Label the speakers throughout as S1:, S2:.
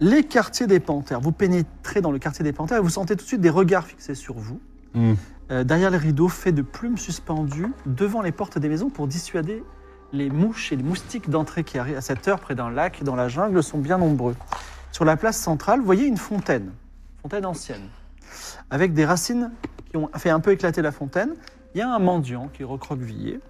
S1: Les quartiers des panthères. Vous pénétrez dans le quartier des panthères et vous sentez tout de suite des regards fixés sur vous.
S2: Hmm.
S1: Euh, derrière les rideaux faits de plumes suspendues, devant les portes des maisons pour dissuader les mouches et les moustiques d'entrée qui arrivent à cette heure près d'un lac dans la jungle sont bien nombreux. Sur la place centrale, vous voyez une fontaine, fontaine ancienne, avec des racines qui ont fait un peu éclater la fontaine. Il y a un mendiant qui est recroquevillé.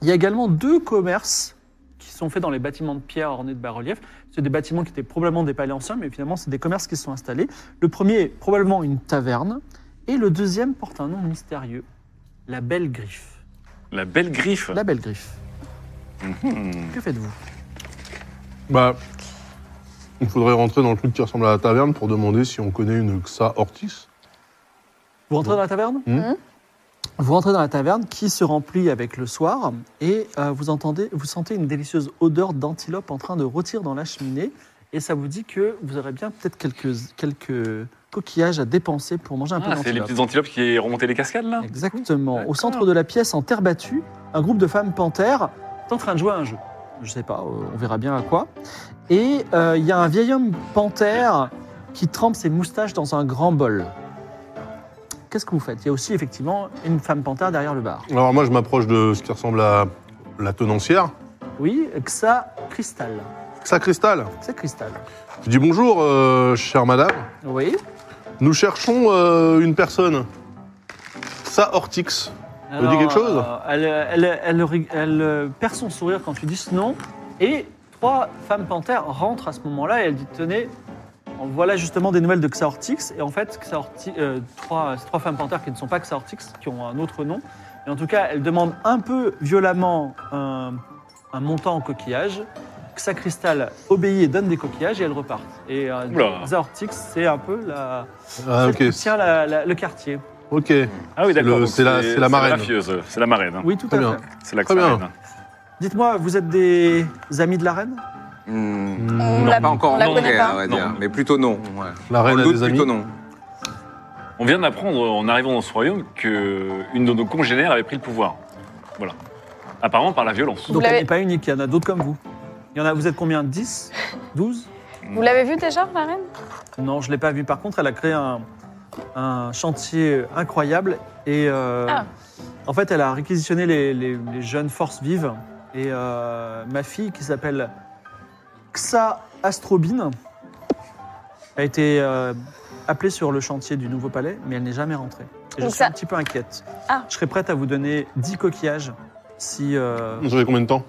S1: Il y a également deux commerces qui sont faits dans les bâtiments de pierre ornés de bas-reliefs. C'est des bâtiments qui étaient probablement des palais anciens, mais finalement, c'est des commerces qui se sont installés. Le premier est probablement une taverne, et le deuxième porte un nom mystérieux, la Belle Griffe.
S3: La belle griffe.
S1: La Belle Griffe.
S3: Mhm.
S1: Que faites-vous
S2: Bah, il faudrait rentrer dans le truc qui ressemble à la taverne pour demander si on connaît une XA Ortiz.
S1: Vous rentrez dans la taverne
S3: Hmm.
S2: Mhm.
S4: Mhm.
S1: Vous rentrez dans la taverne qui se remplit avec le soir et euh, vous, entendez, vous sentez une délicieuse odeur d'antilope en train de rôtir dans la cheminée et ça vous dit que vous aurez bien peut-être quelques, quelques coquillages à dépenser pour manger un peu
S3: Ah, c'est les
S1: d'antilope.
S3: petites antilopes qui remontaient les cascades
S1: Ah,
S3: là
S1: Exactement. Au
S3: D'accord.
S1: centre de la pièce, en terre battue, un groupe de femmes panthères est en train de jouer à un jeu. Je sais pas, euh, on verra bien à quoi. Et euh, il y a un vieil homme panthère qui trempe ses moustaches dans un grand bol. Qu'est-ce que vous faites Il y a aussi effectivement une femme panthère derrière le bar.
S2: Alors moi, je m'approche de ce qui ressemble à la tenancière.
S1: Oui, Xa Cristal.
S2: XA Cristal.
S1: Xa Cristal.
S2: Je dis bonjour, euh, chère madame.
S1: Oui.
S2: Nous cherchons euh, une personne. XA Ortix.
S1: Elle
S2: dit quelque chose
S1: euh, elle, elle- elle rig- elle, euh, perd son sourire quand tu dis ce nom. Et trois femmes panthères rentrent à ce moment-là et elle dit Tenez, en voilà justement des nouvelles de Xaortix. Et en fait, Xaorti- euh, trois, ces trois femmes panthères qui ne sont pas Xaortix, qui ont un autre nom. Et en tout cas, elle demande un peu violemment un, un montant en coquillage. Xa Cristal obéit et donne des coquillages et elle repart. Et euh,
S3: Oula.
S1: Xaortix, c'est un peu la,
S2: Ah,
S1: celle
S2: ok.
S1: qui tient la- la- le quartier.
S2: Ok.
S3: Ah oui, d'accord.
S2: le-
S3: donc
S2: c'est la- c'est la marraine.
S3: mafieuse, c'est la marraine. hein.
S1: Oui, tout
S2: Très
S1: à
S2: bien.
S1: fait.
S3: C'est la
S2: Très bien.
S3: marraine.
S1: Dites-moi, vous êtes des amis de la reine
S5: Hmm,
S4: On
S2: Non.
S4: l'a-
S5: Pas encore
S4: on la
S5: non,
S4: connaît
S5: hein,
S4: pas.
S5: on va
S3: Non.
S5: dire, mais plutôt non. ouais.
S2: La
S5: On
S2: reine
S5: le
S2: a
S5: doute
S2: des amis.
S5: plutôt non.
S3: On vient d'apprendre en arrivant dans ce royaume que une de nos congénères avait pris le pouvoir. Voilà. Apparemment par la violence.
S1: Donc elle
S4: l'avez-
S1: n'est pas unique, il y en a d'autres comme vous. Il y en a, vous êtes combien 10 12
S4: Vous l'avez vu déjà, la reine
S1: Non, je ne l'ai pas vu. Par contre, elle a créé un, un chantier incroyable et euh,
S4: Ah.
S1: en fait, elle a réquisitionné les, les- les jeunes forces vives. Et euh, ma fille, qui s'appelle Xa Astrobine, a été euh, appelée sur le chantier du nouveau palais, mais elle n'est jamais rentrée. Et je
S4: Donc
S1: suis
S4: ça-
S1: un petit peu inquiète.
S4: Ah.
S1: Je serais prête à vous donner 10 coquillages si euh,
S2: Ça fait combien de temps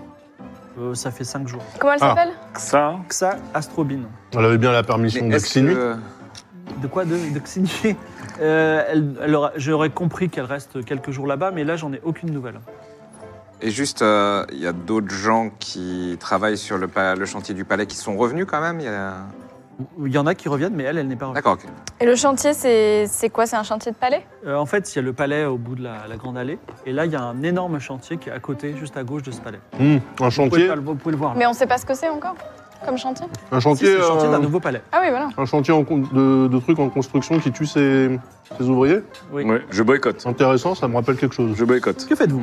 S1: euh, ça fait 5 jours.
S4: Comment elle
S2: Ah.
S4: s'appelle
S3: Ça,
S1: Xa Astrobine.
S2: Elle avait bien la permission
S5: Mais
S2: de
S5: est-ce
S2: Xinui.
S5: que-
S1: De quoi De, de signifier Euh, elle- elle aura- J'aurais compris qu'elle reste quelques jours là-bas, mais là, j'en ai aucune nouvelle.
S5: Et juste, euh, il y a d'autres gens qui travaillent sur le, pa- le chantier du palais qui sont revenus quand même. il y a-
S1: Il y en a qui reviennent, mais elle, elle n'est
S2: Ah.
S1: pas revenue.
S5: D'accord, ok.
S4: Et le chantier, c'est c'est quoi C'est un chantier de palais
S1: Euh, en fait, il y a le palais au bout de la, la grande allée, et là, il y a un énorme chantier qui est à côté, juste à gauche de ce palais.
S2: Hmm, un
S1: Vous pouvez,
S2: chantier,
S1: pas le, vous pouvez le voir. là.
S4: Mais on sait pas ce que c'est encore comme chantier.
S2: un
S1: Si, c'est
S2: chantier,
S1: le chantier
S2: euh,
S1: d'un nouveau palais.
S4: Ah oui, voilà.
S2: un chantier en con- de, de trucs en construction qui tue ses, ses ouvriers.
S1: Oui.
S3: ouais, je boycotte.
S2: C'est intéressant, ça me rappelle quelque chose.
S3: Je boycotte.
S1: Que faites-vous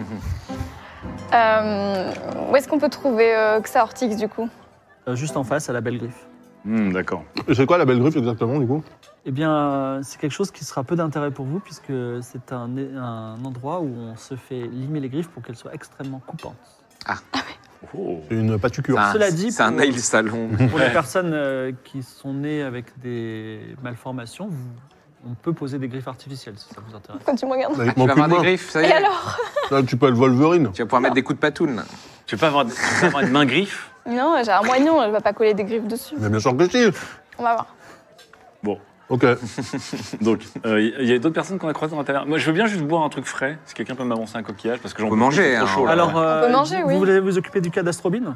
S4: Euh, où est-ce qu'on peut trouver euh, Xa Ortix du coup
S1: Euh, Juste en face, à la belle griffe.
S3: Hmm, d'accord.
S2: Et C'est quoi la belle griffe exactement du coup
S1: Eh bien, euh, c'est quelque chose qui sera peu d'intérêt pour vous, puisque c'est un, un endroit où on se fait limer les griffes pour qu'elles soient extrêmement coupantes.
S3: Oh.
S2: C'est Une patucure.
S5: Ah,
S1: Cela dit,
S5: c'est un
S1: pour-
S5: nail salon.
S1: Pour les personnes euh, qui sont nées avec des malformations, vous- on peut poser des griffes artificielles si ça vous intéresse.
S4: Pourquoi tu me regardes
S2: Avec
S5: Ah, tu
S2: mon
S5: vas
S2: cul de
S5: avoir des
S2: main.
S5: griffes, ça y
S4: Et
S5: est.
S4: alors
S2: Là, tu peux le Wolverine.
S5: Tu vas pouvoir mettre des coups de patoune. là.
S3: Tu veux pas avoir, tu veux pas avoir une main griffe
S4: Non, j'ai un moignon, je vais pas coller des griffes dessus.
S2: Mais bien sûr que si.
S4: On va voir.
S2: Ok.
S3: Donc, euh, il y, a d'autres personnes qu'on a croisées dans la taverne. Moi, je veux bien juste boire un truc frais. Si quelqu'un peut m'avancer un coquillage, parce que j'en
S5: Faut
S3: peux plus,
S5: manger,
S3: c'est trop
S5: hein.
S3: chaud, Oh là.
S1: Alors, euh,
S4: peut manger,
S1: vous,
S4: oui.
S1: vous voulez vous occuper du cas d'Astrobine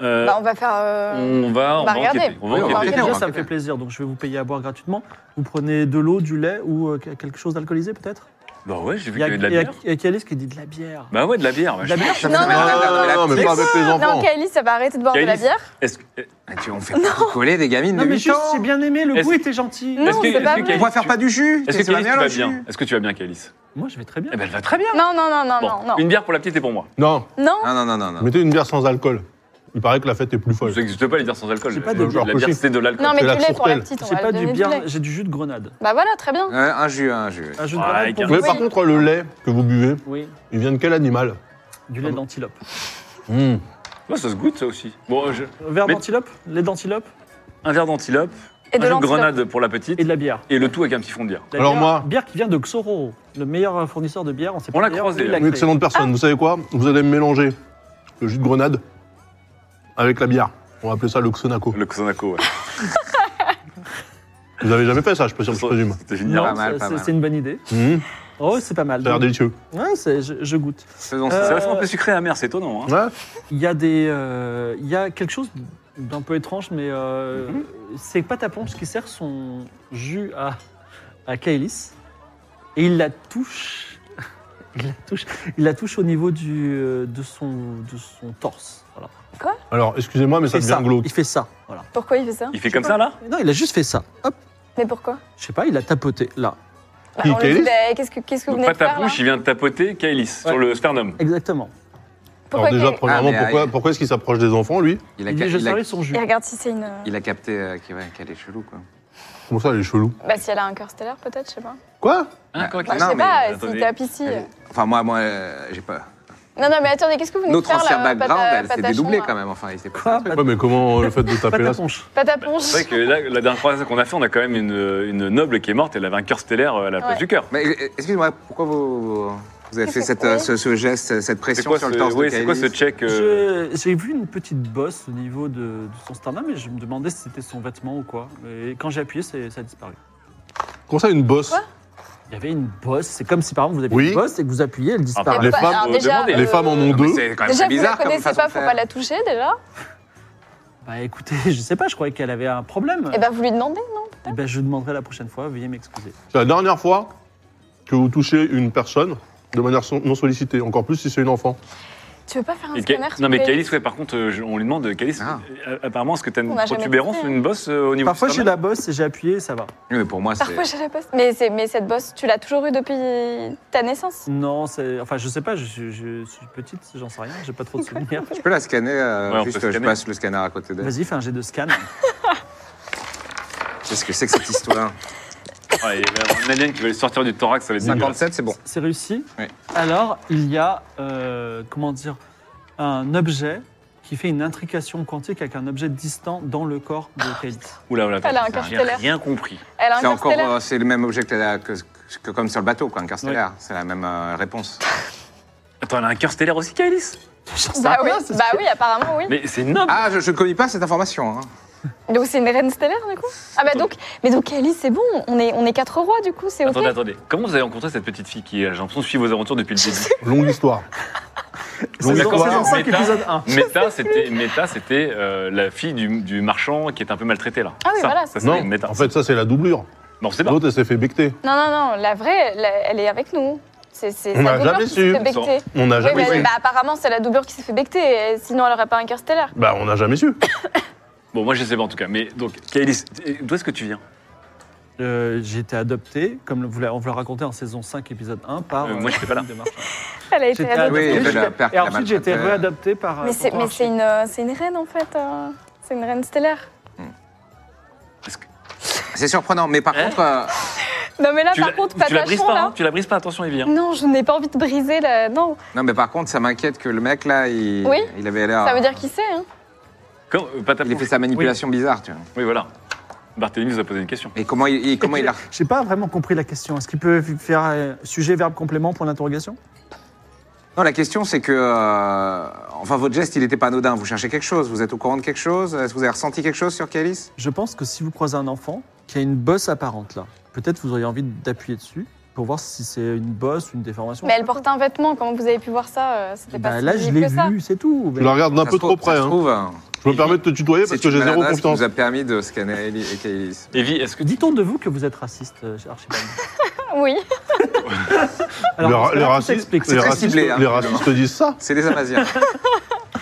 S3: Euh,
S4: Bah, on va faire. euh,
S3: on va, on
S4: on
S3: va
S4: va regarder.
S3: enquêter. On va
S5: Oui, on
S3: enquêter.
S5: va enquêter.
S1: Déjà,
S5: on
S1: ça me
S5: enquête.
S1: fait plaisir, donc je vais vous payer à boire gratuitement. Vous prenez de l'eau, du lait ou euh, quelque chose d'alcoolisé peut-être
S3: Bah ouais, j'ai vu
S1: Il
S3: qu'il y avait de la
S1: il y a-
S3: bière.
S1: il y a Kalice qui dit de la bière.
S3: Bah ouais, de la bière.
S1: de
S3: ouais.
S1: la bière
S4: Non, non, non,
S2: non, non, mais pas avec les
S4: Non,
S2: enfants.
S4: Kaelis, ça va arrêter de boire de la
S3: Kaelis.
S4: bière.
S3: Est-ce que- euh,
S5: Ah, tu, on fait pas coller des gamines
S1: Non,
S5: de
S1: mais
S5: 8
S1: juste, j'ai
S5: ans.
S1: bien aimé, le
S3: Est-ce-
S1: goût était gentil.
S4: Non,
S3: est-ce que-
S4: c'est
S3: est-ce
S4: pas
S3: que
S4: vrai.
S5: On
S3: Kaelis,
S5: va faire
S3: tu-
S5: pas du jus.
S3: Est-ce que
S5: Qu'est-ce
S3: Calice, tu
S5: le
S3: vas
S5: jus
S3: bien Est-ce que tu vas bien, Calice
S1: Moi, je vais très bien.
S3: Eh ben, elle va très bien.
S4: Non, non, non, non, non,
S3: Bon,
S4: non.
S3: une bière pour la petite et pour moi.
S2: Non,
S4: Non,
S5: Ah non, non, non, non.
S2: mettez une bière sans alcool. Il paraît que la fête est plus folle.
S3: Ça n'existe pas les bières sans alcool.
S1: J'ai pas de
S3: La-
S2: bière
S3: La bière,
S2: possible.
S3: c'était de l'alcool.
S4: non, mais
S2: c'est la
S4: du lait pour la
S2: tourtelle.
S4: petite, on
S1: J'ai
S4: va
S1: pas
S4: lui
S1: du
S4: donner
S1: bière,
S4: lait.
S1: j'ai du jus de grenade.
S4: Bah voilà, très
S3: Hein
S4: bien.
S5: Euh, un jus, un jus.
S1: Un jus de grenade pour
S3: Ouais, Ah, avec
S2: Mais
S1: vous.
S2: par contre, le lait que vous buvez,
S1: Oui,
S2: il vient de quel animal
S1: du
S3: Ah,
S1: lait d'antilope.
S2: Hmm.
S3: Ouais, ça se goûte, ça aussi. Bon, je-
S1: Un Verre
S3: Mais-
S1: d'antilope, lait d'antilope
S3: un verre d'antilope,
S4: Et
S3: un
S4: de
S3: jus de
S4: l'antilope.
S3: grenade pour la petite,
S1: et de la bière.
S3: et le tout avec un petit fond de bière.
S1: La
S2: Alors
S1: bière-
S2: moi-
S1: Bière qui vient de Xoro, le meilleur fournisseur de bière. On, sait
S3: On
S1: pas
S3: l'a
S1: d'ailleurs où
S3: croisé,
S5: hein.
S1: il l'a
S2: Une
S1: créé.
S2: excellente personne. Vous savez quoi Vous allez mélanger le jus de grenade avec la bière. On va appeler ça le Xonaco.
S3: Le Xonaco, ouais.
S2: Vous avez jamais fait ça, je, présume- je présume.
S3: C'était
S1: Non,
S3: génial.
S5: Pas mal,
S1: c'est-
S5: pas
S1: c'est
S5: mal.
S1: c'est une bonne idée.
S2: Hmm.
S1: Oh, c'est pas mal.
S2: Ça a l'air délicieux.
S1: Ouais, c'est- je, je goûte.
S5: Faisons
S1: Euh,
S3: C'est
S5: ça.
S3: vachement un peu sucré et amer, c'est étonnant. hein.
S2: Ouais.
S1: Il y a des, euh, il y a quelque chose d'un peu étrange, mais euh,
S2: Mhm.
S1: c'est pas ta ponche qui sert son jus à à Kaelis et il la touche, il la touche, il la touche au niveau du euh, de son de son torse. Voilà.
S2: Alors, excusez-moi, mais ça
S1: Il fait
S2: devient glauque.
S1: Il fait ça. Voilà.
S4: Pourquoi il fait ça
S3: Il fait comme ça, là
S1: Non, il a juste fait ça. Hop.
S4: Mais pourquoi
S1: Je sais pas, il a tapoté là.
S4: Bah,
S2: Qui,
S4: on lui
S2: Kaelis
S4: dit, bah, Qu'est-ce que qu'est-ce que vous
S3: Donc,
S4: venez
S3: pas
S4: de
S3: ta
S4: faire là
S3: bouche, il vient de tapoter Kaelis sur
S1: Ouais.
S3: le sternum.
S1: Exactement.
S4: Pourquoi
S2: Alors déjà,
S4: Kaelis-
S2: premièrement,
S5: Ah, mais
S2: pourquoi,
S5: allez.
S2: pourquoi est-ce qu'il s'approche des enfants, lui
S5: Il a,
S1: Il dit je
S5: il a-
S1: servis son jus.
S4: Et Ah, regarde si c'est une.
S5: il a capté euh, qu'il ouais, qu'elle est chelou, quoi.
S2: Comment ça, il est chelou
S4: Bah, si elle a un cœur stellaire, peut-être, je sais pas.
S2: Quoi
S3: Hein, quoi,
S4: Bah,
S3: Kaelis
S4: je sais
S5: mais
S4: pas,
S3: attendez.
S4: si tape ici.
S5: Elle est- Enfin, moi, moi, euh, j'ai pas.
S4: Non, non, mais attendez, qu'est-ce que vous venez
S5: Notre
S4: de faire là
S5: ancien
S4: euh,
S5: background,
S4: pata-
S5: elle s'est
S4: patachon,
S5: dédoublée
S4: là
S5: quand même. Enfin, il s'est pas.
S1: Quoi
S2: Ouais, mais comment euh, le fait de
S1: Pas
S2: taper
S1: ta
S2: là
S1: ponche.
S4: Pataponche.
S3: Bah, C'est vrai que là, la dernière fois qu'on a fait, on a quand même une, une noble qui est morte, elle avait un cœur stellaire à la place
S4: Ouais.
S3: du cœur.
S5: Mais euh, excuse-moi, pourquoi vous, vous avez
S4: Qu'est-ce
S5: fait
S4: que
S5: cette,
S4: c'est
S5: euh, ce, ce geste, cette
S3: C'est
S5: pression
S3: quoi,
S5: sur
S3: ce-
S5: le torse
S3: ouais,
S5: de
S3: c'est quoi ce
S5: Kaelis
S3: check euh,
S1: Je- J'ai vu une petite bosse au niveau de, de son sternum et je me demandais si c'était son vêtement ou quoi. Et quand j'ai appuyé, c'est- ça a disparu.
S2: Comment ça, une bosse
S4: Quoi
S1: Il y avait une bosse. C'est comme si par exemple vous aviez
S2: Oui.
S1: une bosse et que vous appuyez, elle
S3: Ah,
S1: disparaît.
S2: les
S4: Bah,
S2: femmes,
S4: alors
S3: euh,
S4: déjà,
S3: demandez.
S4: euh,
S2: Les femmes en ont
S5: Ah, mais
S2: deux.
S5: C'est quand même
S4: Déjà,
S5: très
S4: vous la
S5: bizarre comme
S4: connaissez
S5: façon
S4: pas,
S5: de
S4: faut
S5: faire.
S4: pas la toucher déjà.
S1: Bah écoutez, je sais pas, je croyais qu'elle avait un problème.
S4: Et bah, vous lui demandez.
S1: Eh ben, je demanderai la prochaine fois, veuillez m'excuser.
S2: C'est la dernière fois que vous touchez une personne de manière so- non sollicitée, encore plus si c'est une enfant.
S4: Tu veux pas faire un
S3: et Ka-
S4: scanner sur
S3: non mais
S4: Kaelis
S3: Kaelis, ouais, par contre, euh, je- on lui demande, euh, Kaelis,
S5: Ah.
S3: euh, apparemment, est-ce que t'as
S4: On
S3: une
S4: n'a jamais
S3: protubérance ou
S4: testé,
S3: une bosse euh, au niveau
S1: Parfois
S3: du
S1: j'ai
S3: sternum
S1: la bosse et j'ai appuyé, ça va.
S5: Oui, mais pour moi, c'est.
S4: Parfois, j'ai la poste. Mais, c'est- mais cette bosse, tu l'as toujours eue depuis ta naissance
S1: Non, c'est. Enfin, je sais pas, je, suis- je suis petite, j'en sais rien, j'ai pas trop de souvenirs.
S5: Je peux la scanner, euh,
S3: Ouais, on peut
S5: juste je
S3: scanner.
S5: passe le scanner à côté d'elle.
S1: Vas-y, fais un jet de scan.
S5: Qu'est-ce que c'est que cette histoire hein
S3: Ouais, Ah, il y avait un alien qui va lui sortir du thorax, ça va être dégueulasse.
S5: 57, c'est
S4: Bah,
S5: bon.
S1: C'est réussi.
S5: Oui.
S1: Alors, il y a, euh, comment dire, un objet qui fait une intrication quantique avec un objet distant dans le corps
S4: Ah,
S1: de Kaelis.
S3: Oula, oula,
S4: Elle a un
S3: putain,
S4: cœur
S3: j'ai
S4: stellaire.
S3: rien compris.
S4: Elle a un
S5: C'est
S4: cœur
S5: encore,
S4: stellaire.
S5: euh, c'est le même objet que, la- que- que comme sur le bateau, quoi, un interstellaire. C'est la même euh, réponse.
S3: Attends, elle a un cœur stellaire aussi, Kaelis
S4: Bah oui, bah oui, apparemment oui.
S3: Mais c'est noble
S5: Ah, je je ne connais pas cette information. hein.
S4: Donc c'est une reine stellaire du coup Ah bah donc, mais donc Alice c'est bon, on est, on est quatre rois du coup, c'est ok.
S3: Attendez, attendez. Comment vous avez rencontré cette petite fille qui, euh, j'ai l'impression, suit vos aventures depuis le début
S2: Longue histoire.
S5: Ah,
S1: C'est
S2: Longue
S3: d'accord,
S1: saison
S2: histoire.
S3: c'est-
S1: 5,
S3: Méta.
S1: épisode 1.
S3: Meta, c'était Meta, c'était euh, la fille du, du marchand qui est un peu maltraitée là.
S4: Ah oui,
S3: ça,
S4: voilà,
S3: Ça,
S4: c'est
S3: c'est
S2: Non,
S3: Meta.
S2: en fait, ça, c'est la doublure.
S3: non, c'est pas.
S2: L'autre, elle s'est fait becter.
S4: Non, non, non, la vraie, la- elle est avec nous. C'est, c'est,
S2: On
S4: sa
S2: n'a
S4: doublure
S2: jamais
S4: qui
S2: su.
S4: s'est fait becter.
S2: On n'a
S4: Oui,
S2: jamais
S4: mais
S2: su.
S4: bah, apparemment c'est la doublure qui s'est fait becter, et sinon elle aurait pas un cœur stellaire.
S2: Bah, on n'a jamais su.
S3: Bon, moi je sais pas en tout cas. Mais donc, Kaelis, t- eh, d'où est-ce que tu viens
S1: Euh, j'ai été adopté, comme vous l'a- on vous l'a raconté en saison 5, épisode 1, par.
S3: Euh,
S1: euh,
S3: moi, j'étais pas là.
S1: de Marchand.
S4: Elle a été
S1: J'étais
S4: adoptée.
S5: Oui,
S1: adopté.
S5: il y avait la père
S1: Et
S5: qui l'a
S1: ensuite, j'ai été
S5: maltraitée.
S1: réadopté par. euh,
S4: Mais, c'est,
S1: tonton
S4: mais
S1: Archie.
S4: c'est, une, euh, c'est une reine en fait, euh, c'est une reine stellaire.
S5: C'est surprenant, mais par
S3: Hein
S5: contre, euh,
S4: Non mais là
S3: tu,
S4: Ah, par
S3: la,
S4: contre,
S3: tu la brises
S4: Patachon
S3: pas, hein,
S4: là. Mm.
S3: tu la brises pas, attention, Evie. hein.
S4: Non, je n'ai pas envie de briser la... Non,
S5: non, mais par contre, ça m'inquiète que le mec là, il,
S4: Oui.
S5: il avait l'air.
S4: ça veut dire qui c'est hein.
S3: Quand, euh, Patapon-
S5: Il a fait sa manipulation bizarre, tu vois.
S3: Oui, voilà. Barthélémy nous a posé une question.
S5: Et comment il, il- comment il a
S1: J'ai pas vraiment compris la question. Est-ce qu'il peut faire euh, sujet, verbe, complément, point d'interrogation
S5: Non, la question c'est que, euh, enfin, votre geste, il n'était pas anodin. Vous cherchez quelque chose. Vous êtes au courant de quelque chose. Est-ce que vous avez ressenti quelque chose sur Calis
S1: Je pense que si vous croisez un enfant qui a une bosse apparente là, peut-être vous auriez envie d'appuyer dessus pour voir si c'est une bosse ou une déformation.
S4: Mais elle porte un vêtement, comment vous avez pu voir ça euh, C'était
S1: Bah,
S4: pas si
S1: là, je
S4: visible
S1: l'ai
S4: que ça.
S1: vu, c'est tout.
S2: Tu la regardes d'un
S5: Ça
S2: peu
S5: se
S2: trop
S5: trouve-
S2: près.
S5: ça se
S2: hein.
S5: trouve, hein,
S2: Je me permets de te tutoyer parce
S5: c'est
S2: que
S5: une
S2: j'ai zéro
S5: maladresse qui
S2: confiance.
S5: nous a permis de scanner Ellie et Calis.
S3: Evie, est-ce que
S1: Dit-on de vous que vous êtes raciste, euh, Archibald
S4: Oui.
S2: Les
S1: dans
S2: ra-
S1: ce
S2: Les
S1: cas-là, tout
S2: racistes
S1: s'explique.
S2: les
S5: très
S2: racistes-
S5: ciblé, hein,
S2: les racistes disent ça.
S5: C'est les Amasiens.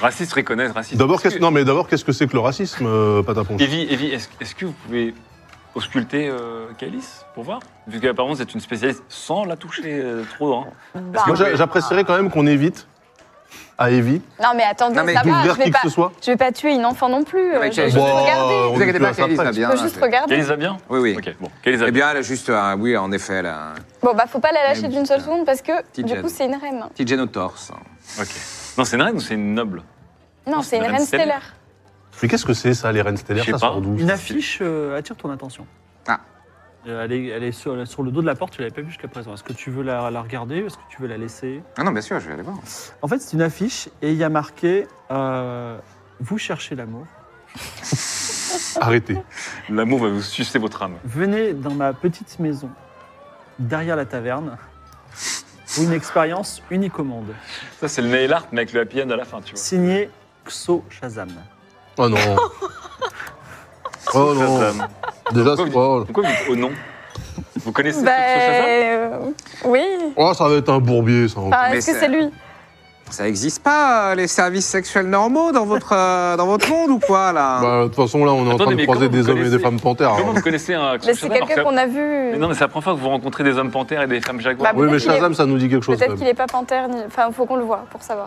S3: raciste reconnaître raciste
S2: D'abord,
S3: Est-ce
S2: qu'est-ce non, mais d'abord, qu'est-ce que c'est que le racisme, euh, Patapon
S3: que- Evie, Evie, est-ce est-ce que vous pouvez ausculter euh, Calice pour voir Vu qu'apparemment vous êtes une spécialiste sans la toucher euh, trop. hein.
S4: Bah,
S2: Moi, j'a- j'apprécierais quand même qu'on évite à Evie
S4: non mais attendez,
S5: Non, mais
S4: ça va,
S2: d'ouvrir
S4: je vais
S2: qui
S4: pas,
S2: que ce soit.
S4: je vais pas tuer une enfant non plus.
S5: Non, mais
S4: euh, Je
S5: Calice-
S4: vais juste
S5: Wow.
S4: regarder.
S5: Vous inquiétez
S2: tu
S5: pas,
S2: vas faire
S5: Calis
S2: ça.
S5: va bien.
S4: Je peux juste
S5: c'est-
S4: regarder.
S3: Calice va bien
S5: Oui, oui.
S3: Ok, bon, Calice va
S5: Eh
S3: bien.
S5: bien, elle a juste, euh, oui, en effet, elle a un
S4: Bon bah faut pas la lâcher
S5: Même
S4: d'une seule
S5: ça.
S4: seconde parce que
S5: Petite
S4: du
S5: gêne.
S4: coup c'est une reine.
S5: petit génotorse.
S3: Ok. Non, c'est une reine ou c'est une noble
S4: Non, c'est une reine stellaire.
S2: Mais qu'est-ce que c'est ça, les reines stellaires
S3: Je sais
S2: Ça
S3: pas.
S2: sort d'où
S1: Une affiche euh, attire ton attention.
S5: Ah.
S1: Euh, elle est, elle est sur, sur le dos de la porte, tu l'avais pas vue jusqu'à présent. Est-ce que tu veux la, la regarder Est-ce que tu veux la laisser
S5: Ah non, bien sûr, je vais aller voir.
S1: En fait, c'est une affiche et il y a marqué euh, Vous cherchez l'amour.
S2: Arrêtez.
S3: L'amour va vous sucer votre âme.
S1: Venez dans ma petite maison, derrière la taverne, pour une expérience unique au monde.
S3: Ça, c'est le nail art, mais avec le happy end à la fin, tu vois.
S1: Signé Xo Shazam.
S2: Oh non. oh non.
S3: Shazam.
S2: Déjà, c'est
S3: Covid.
S2: pas.
S3: Pourquoi vous dites au nom Vous connaissez
S4: Bah,
S3: ce Shazam
S4: euh, oui.
S2: Oh, ça va être un bourbier, ça. encore.
S4: Enfin,
S5: mais
S4: est-ce que
S5: c'est-
S4: c'est lui
S5: Ça n'existe pas, euh, les services sexuels normaux dans votre, euh, dans votre monde ou quoi, là
S2: Bah, De toute façon, là, on est en
S3: Attendez,
S2: train de
S3: mais
S2: croiser
S3: comment vous
S2: des hommes et des
S3: connaissez-
S2: femmes panthères.
S3: Comment
S2: hein.
S3: vous connaissez un
S4: Mais
S3: Shazam
S4: Bah, c'est
S3: alors que-
S4: quelqu'un qu'on a
S3: Mais
S4: vu.
S3: non, mais c'est la première fois que vous rencontrez des hommes panthères et des femmes jaguars.
S4: Bah,
S2: Oui, mais
S4: Peut-être qu'il est-
S2: Shazam, ça nous dit quelque chose. quand
S4: Peut-être
S2: même.
S4: qu'il est pas panthère. ni- Enfin, faut qu'on le voit pour savoir.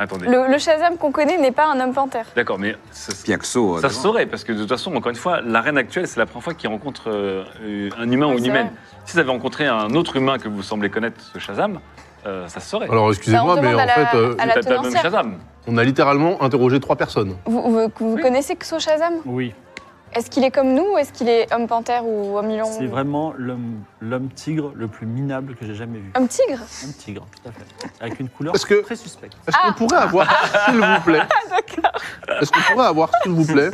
S3: Attendez.
S4: Le, le Shazam qu'on connaît n'est pas un homme panthère.
S3: D'accord, mais ça,
S5: Puis Axo, euh,
S3: ça se
S5: devant.
S3: saurait, parce que de toute façon, encore une fois, la reine actuelle, c'est la première fois qu'il rencontre euh, un humain
S4: Oui,
S3: ou une
S4: c'est
S3: humaine.
S4: vrai.
S3: Si vous avez rencontré un autre humain que vous semblez connaître, ce Shazam, euh, ça se saurait.
S2: Alors, excusez-moi,
S4: Bah, on
S2: mais en
S4: demande à la-
S2: fait, euh,
S4: à la
S3: T'as pas le même
S4: tenancière.
S3: Shazam.
S2: on a littéralement interrogé trois personnes.
S4: Vous, vous, vous
S3: Oui.
S4: connaissez Xo Shazam
S1: Oui,
S4: Est-ce qu'il est comme nous ou Est-ce qu'il est homme panthère ou homme lion
S1: c'est vraiment l'homme l'homme tigre le plus minable que j'ai jamais vu.
S4: Homme tigre
S1: Un tigre, tout à fait. Avec une couleur
S2: Est-ce que-
S1: très suspecte.
S2: Est-ce qu'on pourrait avoir, s'il vous plaît, est-ce qu'on pourrait avoir, s'il vous plaît,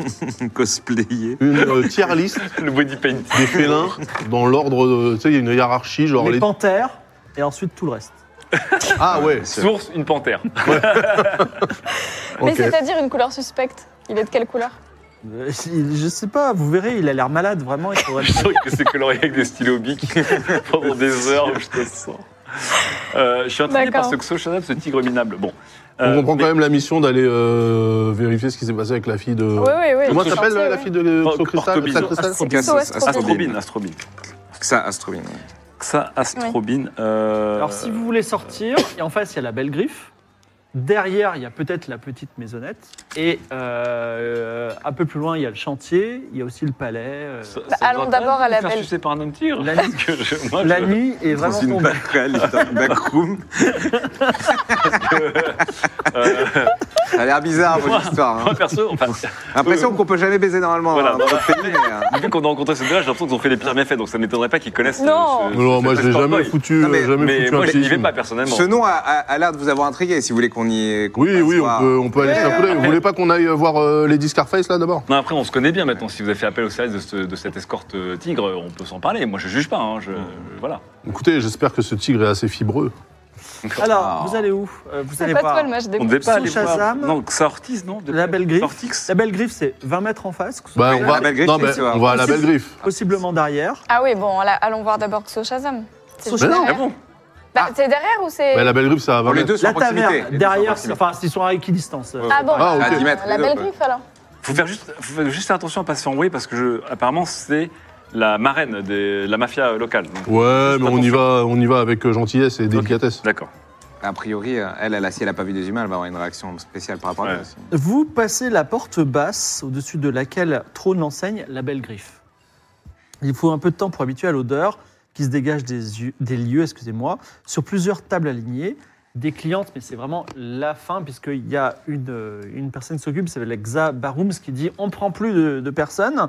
S5: Cosplayer.
S2: une euh, tier list
S3: Le body paint.
S2: des félins dans l'ordre de. Tu sais, il y a une hiérarchie, genre
S1: les,
S2: les.
S1: panthères et ensuite tout le reste.
S2: Ah ouais,
S3: Source, une panthère.
S2: ok.
S4: Mais c'est-à-dire une couleur suspecte. Il est de quelle couleur
S1: Euh, il- Je sais pas, vous verrez, il a l'air malade vraiment. Il faudrait...
S3: Je sens que c'est coloré avec des stylos bic pendant des heures, je te sens. Euh, je suis intrigué
S4: D'accord.
S3: par ce Xo Shazam, ce tigre minable. Bon.
S2: On
S3: Euh,
S2: comprend
S3: mais-
S2: quand même la mission d'aller euh, vérifier ce qui s'est passé avec la fille de.
S4: Oui, oui, oui.
S2: Euh, Comment
S4: il est
S2: s'appelle euh,
S4: gentil,
S2: la
S4: oui.
S2: fille de l'e-
S3: Or-
S2: Xocristal-
S3: Orthobine.
S2: Sacristal
S4: C'est Xo Astrobine.
S3: Astrobine, Astrobine.
S5: Ça, Astrobine.
S3: Ça, Astrobine. euh,
S1: Alors si vous voulez sortir, et en face il y a la belle griffe. Derrière, il y a peut-être la petite maisonnette. Et euh, un peu plus loin, il y a le chantier. Il y a aussi le palais. euh.
S3: ça- ça
S4: Bah,
S3: vous
S4: allons
S3: intéresse
S4: d'abord
S3: de
S4: à
S3: vous
S4: la
S3: faire
S4: belle-
S3: sucer par un homme tigre
S1: La
S3: Parce
S1: nuit-
S3: que je- moi,
S1: La
S3: je-
S1: nuit est
S5: Dans
S1: vraiment
S5: une
S1: tombée.
S5: backroom. backroom.
S3: euh,
S5: Ça a l'air bizarre,
S3: Moi-
S5: votre histoire. hein.
S3: moi, perso, enfin,
S5: L'impression qu'on peut jamais baiser normalement
S3: Voilà.
S5: hein, dans notre pays. mais, euh,
S3: vu qu'on a rencontré ces deux-là, j'ai l'impression qu'ils ont fait les pires méfaits, donc ça ne m'étonnerait pas qu'ils connaissent. euh,
S4: Non.
S3: ce-
S2: Non,
S3: ce-
S2: moi
S3: ce
S2: j'ai jamais
S3: Starboy.
S2: foutu,
S5: Non, mais-
S2: euh, jamais
S3: Mais
S2: foutu un
S3: moi, j'y
S2: petit.
S3: vais pas personnellement.
S5: Ce nom a, a- a l'air de vous avoir intrigué. Si vous voulez qu'on y. qu'on
S2: Oui,
S5: passe
S2: oui, on
S5: voir.
S2: peut, on peut aller
S5: Ouais,
S2: jeter un coup d'œil. Vous
S3: ouais.
S2: voulez pas qu'on aille voir euh, Lady Scarface là d'abord
S3: Non, après, on se connaît bien maintenant. Si vous avez fait appel au service de, ce- de cette escorte euh, tigre, on peut s'en parler. Moi, je juge pas. hein, je-
S1: Mm.
S3: Voilà.
S2: Écoutez, j'espère que ce tigre est assez fibreux.
S1: Alors,
S5: Oh.
S1: vous allez où Euh, Vous
S4: C'est
S1: allez
S4: pas
S1: voir.
S4: toi le match des
S3: On ne devait pas
S1: Sous
S3: aller voir.
S1: Shazam,
S3: Non, Xortis, non de-
S1: la belle griffe.
S3: Xortix.
S1: La belle griffe, c'est 20 mètres en face,
S2: Bah,
S5: Oui,
S2: on
S5: la
S2: va,
S5: belle griffe,
S2: non,
S5: c'est
S2: mais
S5: ça.
S2: on va à la
S1: Possible.
S2: belle griffe.
S1: possiblement derrière.
S4: Ah oui, bon, là, allons voir d'abord Xo Shazam. C'est
S1: Xo
S4: juste
S2: Shazam.
S3: Ah
S4: derrière.
S3: bon
S4: Bah, C'est derrière ou c'est.
S2: Mais la belle griffe, ça
S5: Bon,
S2: va.
S5: les deux sont
S1: La
S5: en proximité.
S1: taverne,
S5: Les deux sont en
S1: derrière,
S5: proximité.
S1: enfin, ils sont à équidistance.
S5: Ouais.
S4: Ah bon
S2: Ah, ok.
S4: euh,
S5: À 10 mètres,
S4: La
S5: les
S4: belle
S5: deux,
S4: griffe alors
S3: Faut faire juste, faut faire juste attention à pas se faire envoyer parce que je, apparemment c'est la marraine de la mafia euh, locale. Donc,
S2: Ouais,
S3: Juste
S2: mais on y va, on y va avec euh, gentillesse et délicatesse.
S3: D'accord.
S5: A priori, euh, elle, elle, a- si elle n'a pas vu des humains, elle va avoir une réaction spéciale par rapport à
S3: Ouais.
S5: nous aussi.
S1: Vous passez la porte basse au-dessus de laquelle trône l'enseigne La Belle Griffe. Il faut un peu de temps pour habituer à l'odeur qui se dégage des, yeux- des lieux, excusez-moi, sur plusieurs tables alignées. des clientes, mais c'est vraiment la fin, puisqu'il y a une, euh, une personne qui s'occupe, c'est la Xa Barooms, qui dit on prend plus de, de personnes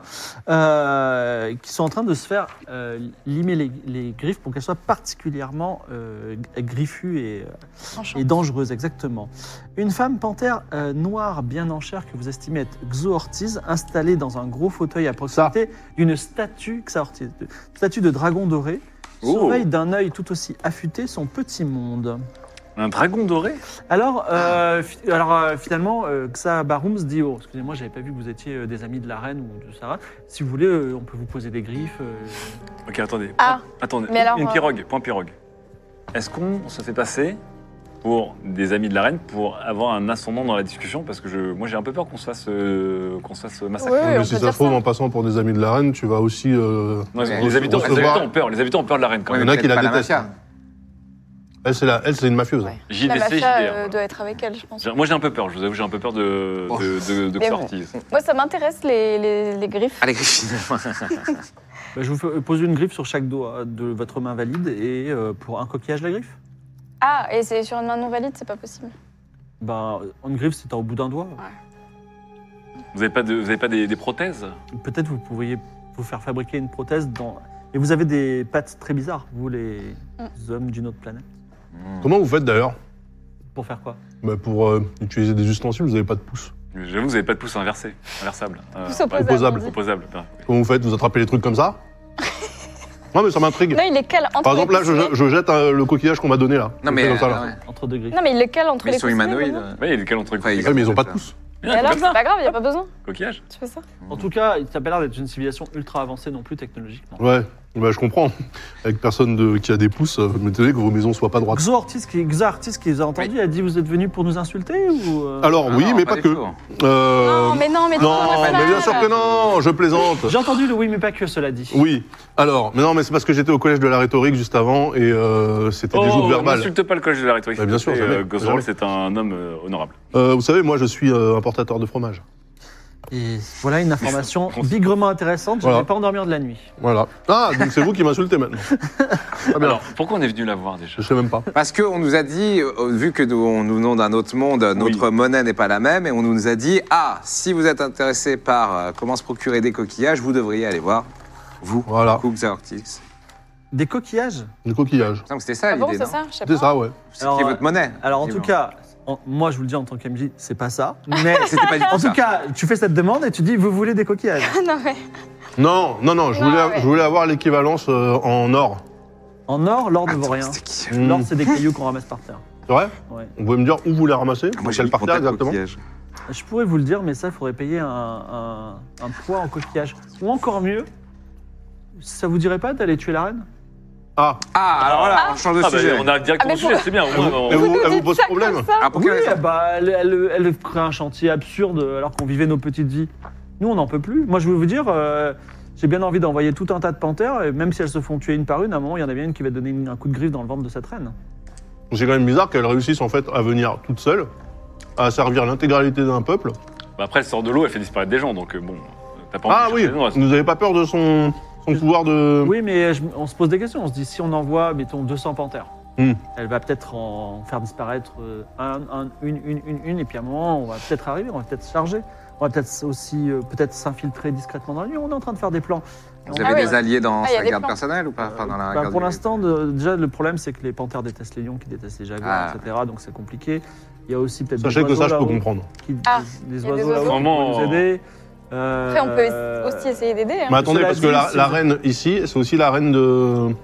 S1: euh, qui sont en train de se faire euh, limer les, les griffes pour qu'elles soient particulièrement euh, griffues et, euh,
S4: Franchement.
S1: et dangereuse, exactement. Une femme panthère euh, noire bien en chair que vous estimez être Xo Ortiz, installée dans un gros fauteuil à proximité d'une statue Xa Ortiz, de- statue de dragon doré,
S3: Oh.
S1: surveille d'un œil tout aussi affûté son petit monde.
S3: Un dragon doré
S1: Alors, euh, fi- alors euh, finalement, euh, Xa Barooms dit Oh, excusez-moi, j'avais pas vu que vous étiez euh, des amis de la reine ou de Sarah. Si vous voulez, euh, on peut vous poser des griffes. euh,
S3: Ok, attendez.
S4: Ah,
S3: attendez.
S4: mais alors,
S3: Une
S4: euh,
S3: pirogue, point pirogue. Est-ce qu'on se fait passer pour des amis de la reine pour avoir un ascendant dans la discussion Parce que je, moi, j'ai un peu peur qu'on se fasse, euh, qu'on se fasse massacrer.
S4: Ouais, ouais,
S2: mais
S4: on
S2: si
S4: peut
S2: ça
S4: dire
S2: se trouve,
S4: ça.
S2: en passant pour des amis de la reine, tu vas aussi. euh,
S3: Non, les,
S5: Ouais,
S3: les
S5: on se
S3: habitants, les
S5: recevoir.
S3: habitants ont peur. Les habitants ont peur de la reine quand
S5: Ouais,
S3: même.
S2: Il y en a
S5: mais
S2: qui la
S5: peut-être pas
S2: détestent.
S5: mafia.
S2: Elle, c'est la- elle, c'est une mafieuse.
S4: Ouais. La
S3: JVC,
S4: mafia
S3: JDR.
S4: euh, doit être avec elle, je pense.
S3: J'ai- Moi, j'ai un peu peur. Je vous avoue, j'ai un peu peur de,
S5: Oh. Mm.
S3: de, de, de
S4: Mais bon.
S3: Ortiz.
S4: Moi, ça m'intéresse les, les, les griffes.
S5: Allez, Griffin.
S1: bah, je vous fais- pose une griffe sur chaque doigt de votre main valide et euh, pour un coquillage, la griffe
S4: Ah, et c'est sur une main non valide, c'est pas possible.
S1: Ben, une griffe, c'est au bout d'un doigt.
S3: Vous n'avez pas, de, vous avez pas des, des prothèses
S1: Peut-être vous pourriez vous faire fabriquer une prothèse dans. Et vous avez des pattes très bizarres, vous les hommes d'une autre planète.
S2: Comment vous faites d'ailleurs
S1: Pour faire quoi
S2: Bah, Pour euh, utiliser des ustensiles, vous n'avez pas de pouce.
S3: J'avoue, vous n'avez pas de pouce inversé, inversable. Euh,
S4: Pouce
S2: bah,
S3: pas de-
S4: opposable. on dit.
S3: opposable. pardon.
S2: Comment vous faites Vous attrapez les trucs comme ça Non, mais ça m'intrigue.
S4: Non, il les cale entre
S2: Par
S4: les
S2: exemple, là, je,
S4: pistolets.
S2: je jette euh, le coquillage qu'on m'a donné là.
S5: Non, mais.
S2: C'est comme ça, là.
S5: euh, ouais.
S1: Entre deux griffes.
S4: Non, mais il les cale entre
S5: Mais
S4: les
S5: ils sont
S4: pistolets,
S5: humanoïdes.
S4: vraiment.
S3: Ouais, il y a des calendriers.
S5: Enfin,
S2: Ouais, mais ils ont pas de pouce.
S4: Et alors, c'est pas grave, il n'y a pas besoin.
S3: Coquillage.
S4: Tu fais ça
S1: En tout cas, il s'appelle d'être une civilisation ultra avancée non plus technologiquement.
S2: Ouais, bah, je comprends. Avec personne de- qui a des pouces, euh, vous m'étonnez que vos maisons soient pas droites.
S1: Xo Ortiz, qui, Xo Ortiz qui vous a entendu, a dit Vous êtes venu pour nous insulter ou euh,
S2: Alors,
S5: Ah
S2: oui,
S5: non,
S2: mais pas,
S5: du
S2: que.
S5: tout.
S2: Euh,
S4: Non, mais non, mais tu
S2: non,
S4: t'en as pas
S2: mais bien
S4: là.
S2: sûr que non, je plaisante.
S1: J'ai entendu le oui, mais pas que cela dit.
S2: Oui, alors, mais non, mais c'est parce que j'étais au collège de la rhétorique juste avant et euh, c'était
S4: Oh,
S2: des joutes verbales.
S3: N'insulte Oh, pas le collège de la rhétorique.
S2: Bah, bien sûr,
S3: Et,
S2: jamais,
S3: euh, Gosserand,
S2: jamais.
S3: c'est un homme euh, honorable.
S2: Euh, vous savez, moi, je suis euh, importateur de fromage.
S1: Et voilà une information bigrement intéressante. Je ne
S2: Voilà.
S1: vais pas endormir de la nuit.
S2: Voilà. Ah, donc c'est vous qui m'insultez maintenant. Très bien.
S3: Alors, pourquoi on est venu la voir déjà
S2: Je sais même pas.
S5: Parce qu'on nous a dit, euh, vu que nous, nous venons d'un autre monde, notre monnaie n'est pas la même, et on nous a dit ah, si vous êtes intéressé par euh, comment se procurer des coquillages, vous devriez aller voir vous,
S2: Voilà,
S5: Cooks and Ortiz.
S1: Des coquillages
S2: du coquillage.
S5: Il me semble que C'était ça
S4: Ah bon,
S5: l'idée,
S4: c'est
S5: non
S4: ça Je sais
S2: C'est
S4: pas.
S2: ça, ouais.
S5: C'est
S1: Alors,
S5: qui est
S1: euh,
S5: votre monnaie
S1: Alors en tout
S5: Dis-moi.
S1: cas, en- moi je vous le dis en tant qu'MJ, c'est pas ça. Mais
S5: c'était pas du
S1: en
S5: tout
S1: tout
S5: ça.
S1: cas, tu fais cette demande et tu dis Vous voulez des coquillages
S4: Ah, Non, mais
S2: Non, non, non, je
S4: Non,
S2: voulais,
S4: ouais.
S2: je voulais avoir l'équivalence euh, en or.
S1: En or, l'or ne vaut rien.
S5: C'était qui euh,
S2: Hmm,
S1: L'or, c'est des cailloux qu'on ramasse par terre.
S2: C'est vrai
S1: Ouais.
S2: Vous pouvez me dire où vous les ramassez
S5: Moi,
S2: Dans
S5: j'ai
S2: quelle
S5: mis
S2: partie
S5: contact
S2: exactement
S5: coquillage.
S1: Je pourrais vous le dire, mais ça, il faudrait payer un, un- un poids en coquillage. Ou encore mieux, ça vous dirait pas d'aller tuer la reine
S2: Ah,
S5: Ah, alors là, on change de
S3: Ah, bah,
S5: sujet.
S3: on arrive
S4: Ah,
S3: directement
S4: mais
S3: au sujet, c'est bien. au moins, on-
S2: elle vous, elle vous
S4: dites
S2: pose
S4: ça
S2: problème
S4: comme ça.
S5: Ah, pour
S1: Oui,
S5: quelle raison
S1: bah, elle, elle, elle crée un chantier absurde euh, alors qu'on vivait nos petites vies. Nous, on n'en peut plus. Moi, je veux vous dire, euh, j'ai bien envie d'envoyer tout un tas de panthères, et même si elles se font tuer une par une, à un moment, il y en a bien une qui va donner une- un coup de griffe dans le ventre de cette reine.
S2: C'est quand même bizarre qu'elle réussisse en fait à venir toute seule, à servir l'intégralité d'un peuple.
S3: Bah, après, elle sort de l'eau, elle fait disparaître des gens, donc euh, bon, euh, t'as pas envie
S2: Ah
S3: de
S2: oui,
S3: chercher des noises.
S2: vous n'avez pas peur de son, son pouvoir de...
S1: Oui, mais je- on se pose des questions. On se dit, si on envoie, mettons, 200 panthères,
S2: Hmm.
S1: elle va peut-être en faire disparaître euh, un, un, une, une, une, une, et puis à un moment, on va peut-être arriver, on va peut-être se charger. On va peut-être aussi euh, peut-être s'infiltrer discrètement dans la nuit. On est en train de faire des plans.
S5: Vous
S1: On-
S4: Ah
S5: avez
S4: ouais.
S5: des alliés dans
S4: Ah, il y a
S5: sa
S4: des
S5: garde
S4: plans.
S5: personnelle ou pas Enfin, dans la
S1: Bah,
S5: garde
S1: pour
S5: des-
S1: l'instant, de- déjà, le problème, c'est que les panthères détestent les lions, qui détestent les jaguars,
S5: Ah.
S1: etc. Donc c'est compliqué. Il y a aussi peut-être
S2: Sachez
S1: des
S2: que ça,
S1: oiseaux
S2: je peux
S1: là-haut
S2: comprendre.
S1: qui-
S4: Ah,
S1: des
S4: y a des
S1: oiseaux là-haut qui
S4: oiseaux.
S3: Vraiment.
S1: pourraient nous aider. Euh,
S4: après, on peut es- aussi essayer d'aider. hein.
S2: Mais attendez,
S1: Cela
S2: parce
S1: dit,
S2: que la,
S1: si
S2: la
S1: vous-
S2: reine ici, c'est aussi la reine de...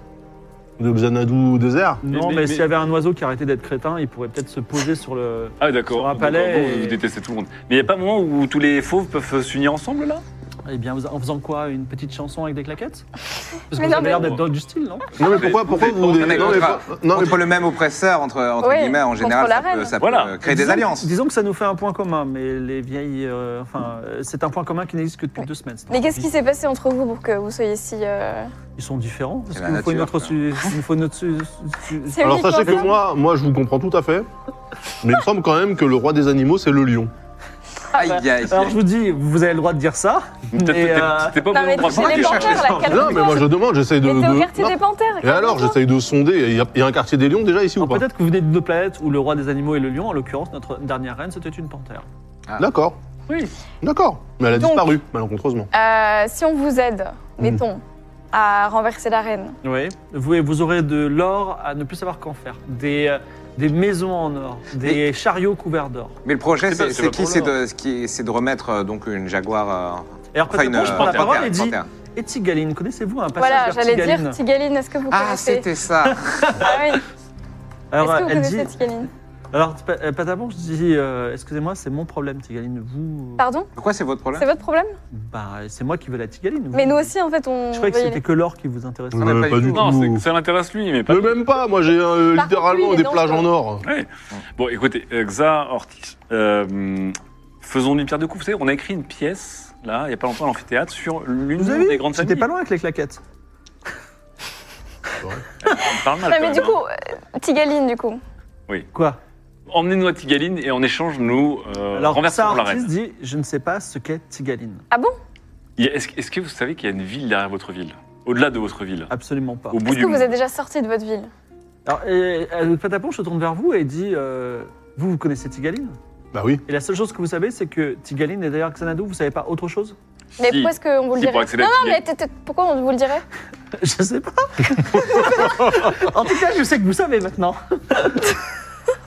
S2: de Xanadu désert.
S1: Non,
S3: Mais-
S1: mais,
S3: mais-
S1: s'il y avait un oiseau qui arrêtait d'être crétin, il pourrait peut-être se poser sur le.
S3: Ah, oui,
S1: Sur
S3: d'accord.
S1: un
S3: Donc,
S1: palais
S3: euh, bon,
S1: et-
S3: Vous détestez tout le monde. Mais il n'y a pas un moment où tous les fauves peuvent s'unir ensemble, là
S1: Eh bien, vous- en faisant quoi Une petite chanson avec des claquettes Parce que
S4: Mais
S1: vous
S4: non,
S1: avez l'air
S4: mais-
S1: d'être dans du style, non
S2: Non mais pourquoi, pourquoi
S3: vous-
S2: vous...
S3: vous-
S2: Non mais,
S5: non, mais-
S2: faut- non, mais-
S5: Entre le même oppresseur, entre, entre
S4: Ouais,
S5: guillemets, en
S4: contre
S5: général,
S4: la
S5: ça peut,
S4: reine.
S5: ça peut
S3: Voilà.
S5: créer des
S1: Disons-
S5: alliances.
S1: Disons que ça nous fait un point commun, mais les vieilles. euh, enfin, euh, c'est un point commun qui n'existe que depuis
S4: Oui.
S1: deux semaines. c'est
S4: Mais
S1: un
S4: qu'est-ce
S1: hobby.
S4: qui s'est passé entre vous pour que vous soyez si. euh,
S1: Ils sont différents. Parce
S5: la
S1: qu'il nous faut une
S5: nature,
S1: autre. su- Il nous faut une autre. su- su-
S4: c'est
S2: Alors
S4: uniquement
S2: sachez que
S4: ça
S2: moi, moi je vous comprends tout à fait, mais il me semble quand même que le roi des animaux c'est le lion.
S5: Aïe,
S4: Ah, bah.
S5: aïe, aïe.
S1: Alors je vous dis, vous avez le droit de dire ça.
S3: Peut-être
S1: Et,
S3: que t'es-
S1: euh,
S3: t'es pas au
S4: Non,
S3: bon
S4: mais
S3: endroit
S4: tu
S3: pour
S4: sais, les
S3: aller chercher
S4: panthères,
S3: ça.
S4: là, calme-toi.
S2: Non, mais moi je demande, j'essaye de.
S4: T'étais au
S2: de-
S4: quartier
S2: Non.
S4: des panthères.
S2: Et alors,
S4: calme-toi.
S2: j'essaye de sonder. Il y a- il y, a un quartier des lions déjà ici ou
S1: alors,
S2: pas
S1: peut-être que vous venez de deux planètes où le roi des animaux est le lion. En l'occurrence, notre dernière reine, c'était une panthère.
S2: D'accord.
S1: Oui.
S2: D'accord. Mais elle a
S4: Donc-
S2: disparu, malencontreusement.
S4: Euh, si on vous aide,
S3: Hmm.
S4: mettons, à renverser la reine,
S1: Oui. Vous, vous aurez de l'or à ne plus savoir qu'en faire. Des, euh, des maisons en or, des chariots couverts d'or.
S5: Mais le projet,
S3: C'est pas-
S5: c'est
S3: c'est
S5: c'est
S3: pas
S5: qui
S3: pour
S5: C'est
S3: l'or.
S5: de, ce qui- c'est de remettre euh, donc une Jaguar. euh,
S1: Et alors,
S5: enfin,
S1: peut-être
S5: une.
S1: moi, je prends la
S5: euh,
S1: parole
S5: panthère,
S1: et dis
S5: panthère.
S1: Et Tigaline, connaissez-vous un passage
S4: voilà,
S1: vers
S4: j'allais
S1: Tigaline
S4: dire Tigaline, est-ce que vous
S5: Ah,
S4: connaissez
S5: c'était ça
S4: Ah oui.
S1: Alors,
S4: Est-ce que vous
S1: elle
S4: connaissez
S1: dit.
S4: Tigaline
S1: Alors, Pa- euh, Patapon, je dis, euh, excusez-moi, c'est mon problème, Tigaline. Vous.
S4: Pardon
S5: Pourquoi c'est votre
S4: C'est
S5: problème
S4: votre problème
S1: Bah, c'est moi qui veux la Tigaline. vous.
S4: Mais nous aussi, en fait, on.
S1: Je croyais que
S4: veut y
S1: c'était que l'or qui vous intéressait.
S5: Non, mais
S2: Euh,
S5: pas du tout.
S3: Non, c'est-
S2: tout.
S3: ça l'intéresse lui, mais pas.
S2: Mais même pas, moi j'ai euh,
S4: Par contre,
S2: littéralement
S4: lui, il
S2: des
S4: est
S2: plages en
S4: dangereux.
S2: or.
S3: Bon, écoutez, euh, Xa, Ortiz, euh, faisons une pierre de coups. Vous savez, on a écrit une pièce, là, il n'y a pas longtemps, à l'amphithéâtre, sur l'une
S1: Vous avez
S3: des
S1: vu
S3: grandes
S1: C'était
S3: familles.
S1: pas loin avec les claquettes.
S3: On parle mal,
S4: aller.
S3: quand
S4: Non, Ah, mais
S3: même,
S4: du
S3: hein.
S4: coup, euh, Tigaline, du coup.
S1: Quoi
S3: Emmenez-nous à Tigaline et en échange, nous euh,
S1: Alors, ça,
S3: renversons la
S1: artiste
S3: reine.
S1: dit, je ne sais pas ce qu'est Tigaline.
S4: Ah bon
S3: Il y a- Est-ce que- est-ce que vous savez qu'il y a une ville derrière votre ville Au-delà de votre ville
S1: Absolument pas.
S3: Au bout
S4: Est-ce
S3: du
S4: que vous
S3: monde
S4: êtes déjà sorti de votre ville
S1: Alors, et, euh, Patapon se tourne vers vous et dit, euh, vous, vous connaissez Tigaline
S2: Bah oui.
S1: Et la seule chose que vous savez, c'est que Tigaline est derrière Xanadu, vous savez pas autre chose
S4: Mais
S3: Si.
S4: pourquoi est-ce qu'on vous le
S3: Si,
S4: dirait
S3: pour
S4: Non,
S3: accéder à
S4: non, mais
S3: Tigaline.
S4: t'es- t'es- pourquoi on vous le dirait
S1: Je sais pas. en tout cas, je sais que vous savez maintenant.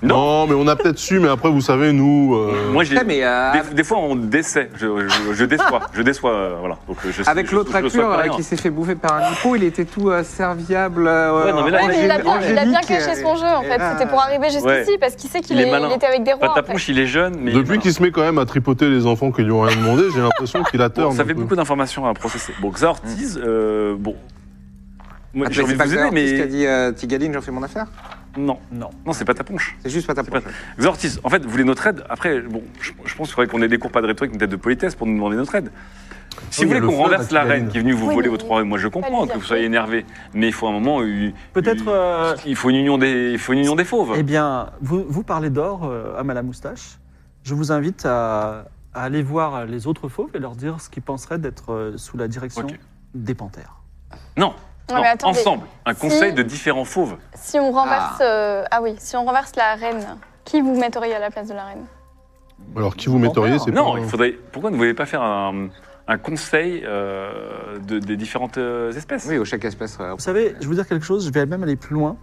S3: Non.
S2: Non, mais on a peut-être su, mais après vous savez, nous. euh,
S3: Moi, j'ai.
S1: Eh,
S5: Putain, mais, euh,
S3: Des, des fois, on décède. Je, je- je déçois. je déçois. euh, voilà. Donc, je- je-
S5: Avec
S3: je-
S5: l'autre
S3: je le souhaite
S5: acteur
S3: pas
S5: euh,
S3: rien.
S5: qui s'est fait bouffer par un hippo, il était tout euh, serviable. euh,
S3: Ouais, non, mais là,
S4: Ouais, mais il a
S5: angé-
S4: bien, il a bien
S5: angélique,
S4: caché
S5: euh,
S4: son jeu, en
S5: et-
S4: fait.
S5: ah.
S4: C'était pour arriver jusqu'ici, parce qu'il sait qu'il
S3: Il est
S4: est-
S3: malin.
S4: il était avec des rois. en fait.
S3: Patapouche, il est jeune, mais.
S2: Depuis qu'il se met quand même à tripoter les enfants qui lui ont rien demandé, j'ai l'impression qu'il a
S3: Bon,
S2: tort. euh,
S3: ça
S2: un
S3: fait
S2: peu.
S3: beaucoup d'informations à processer. Bon, Xa Ortiz, euh, bon. Moi,
S5: Ah,
S3: j'ai
S5: mais
S3: envie
S5: c'est
S3: de
S5: pas
S3: vous
S5: Xavier
S3: aider,
S5: Ortiz qui a
S3: mais.
S5: dit euh, Tigaline, j'en fais mon affaire
S3: Non,
S1: Non.
S3: non, c'est pas ta ponche.
S5: C'est juste pas ta
S3: pas-
S5: prochaine.
S3: Xa Ortiz, en fait, vous voulez notre aide Après, bon, je, je pense qu'il faudrait qu'on ait des cours pas de rhétorique, mais peut-être de politesse pour nous demander notre aide. Si vous
S2: Oui, il y a
S3: voulez
S2: le
S3: qu'on
S2: feu,
S3: renverse
S2: là,
S3: la
S2: qui
S3: reine
S2: gagne.
S3: qui est venue vous
S4: Oui,
S3: voler
S4: mais
S3: votre roi, moi je comprends
S4: lui
S3: que
S4: dire
S3: vous soyez
S4: quoi.
S3: énervé, mais il faut un moment. euh,
S1: Peut-être...
S3: euh,
S1: euh,
S3: Il faut une union des, il faut une union des fauves.
S1: Eh bien, vous, vous parlez d'or euh, à Madame Moustache. Je vous invite à, à aller voir les autres fauves et leur dire ce qu'ils penseraient d'être euh, sous la direction
S3: Ok.
S1: des panthères.
S3: Non,
S4: Non,
S3: non,
S4: mais attendez.
S3: ensemble, un
S4: Si-
S3: conseil de différents fauves.
S4: Si on renverse. euh, Ah oui, si on renverse la reine, qui vous metteriez à la place de la reine
S2: Alors qui vous metteriez, c'est
S3: hein. Non,
S2: pas-
S3: il faudrait. Pourquoi ne voulez-vous pas faire un, un conseil euh, de- des différentes euh, espèces
S5: Oui, au chaque espèce. euh,
S1: Vous savez, je vais vous dire quelque chose, je vais même aller plus loin.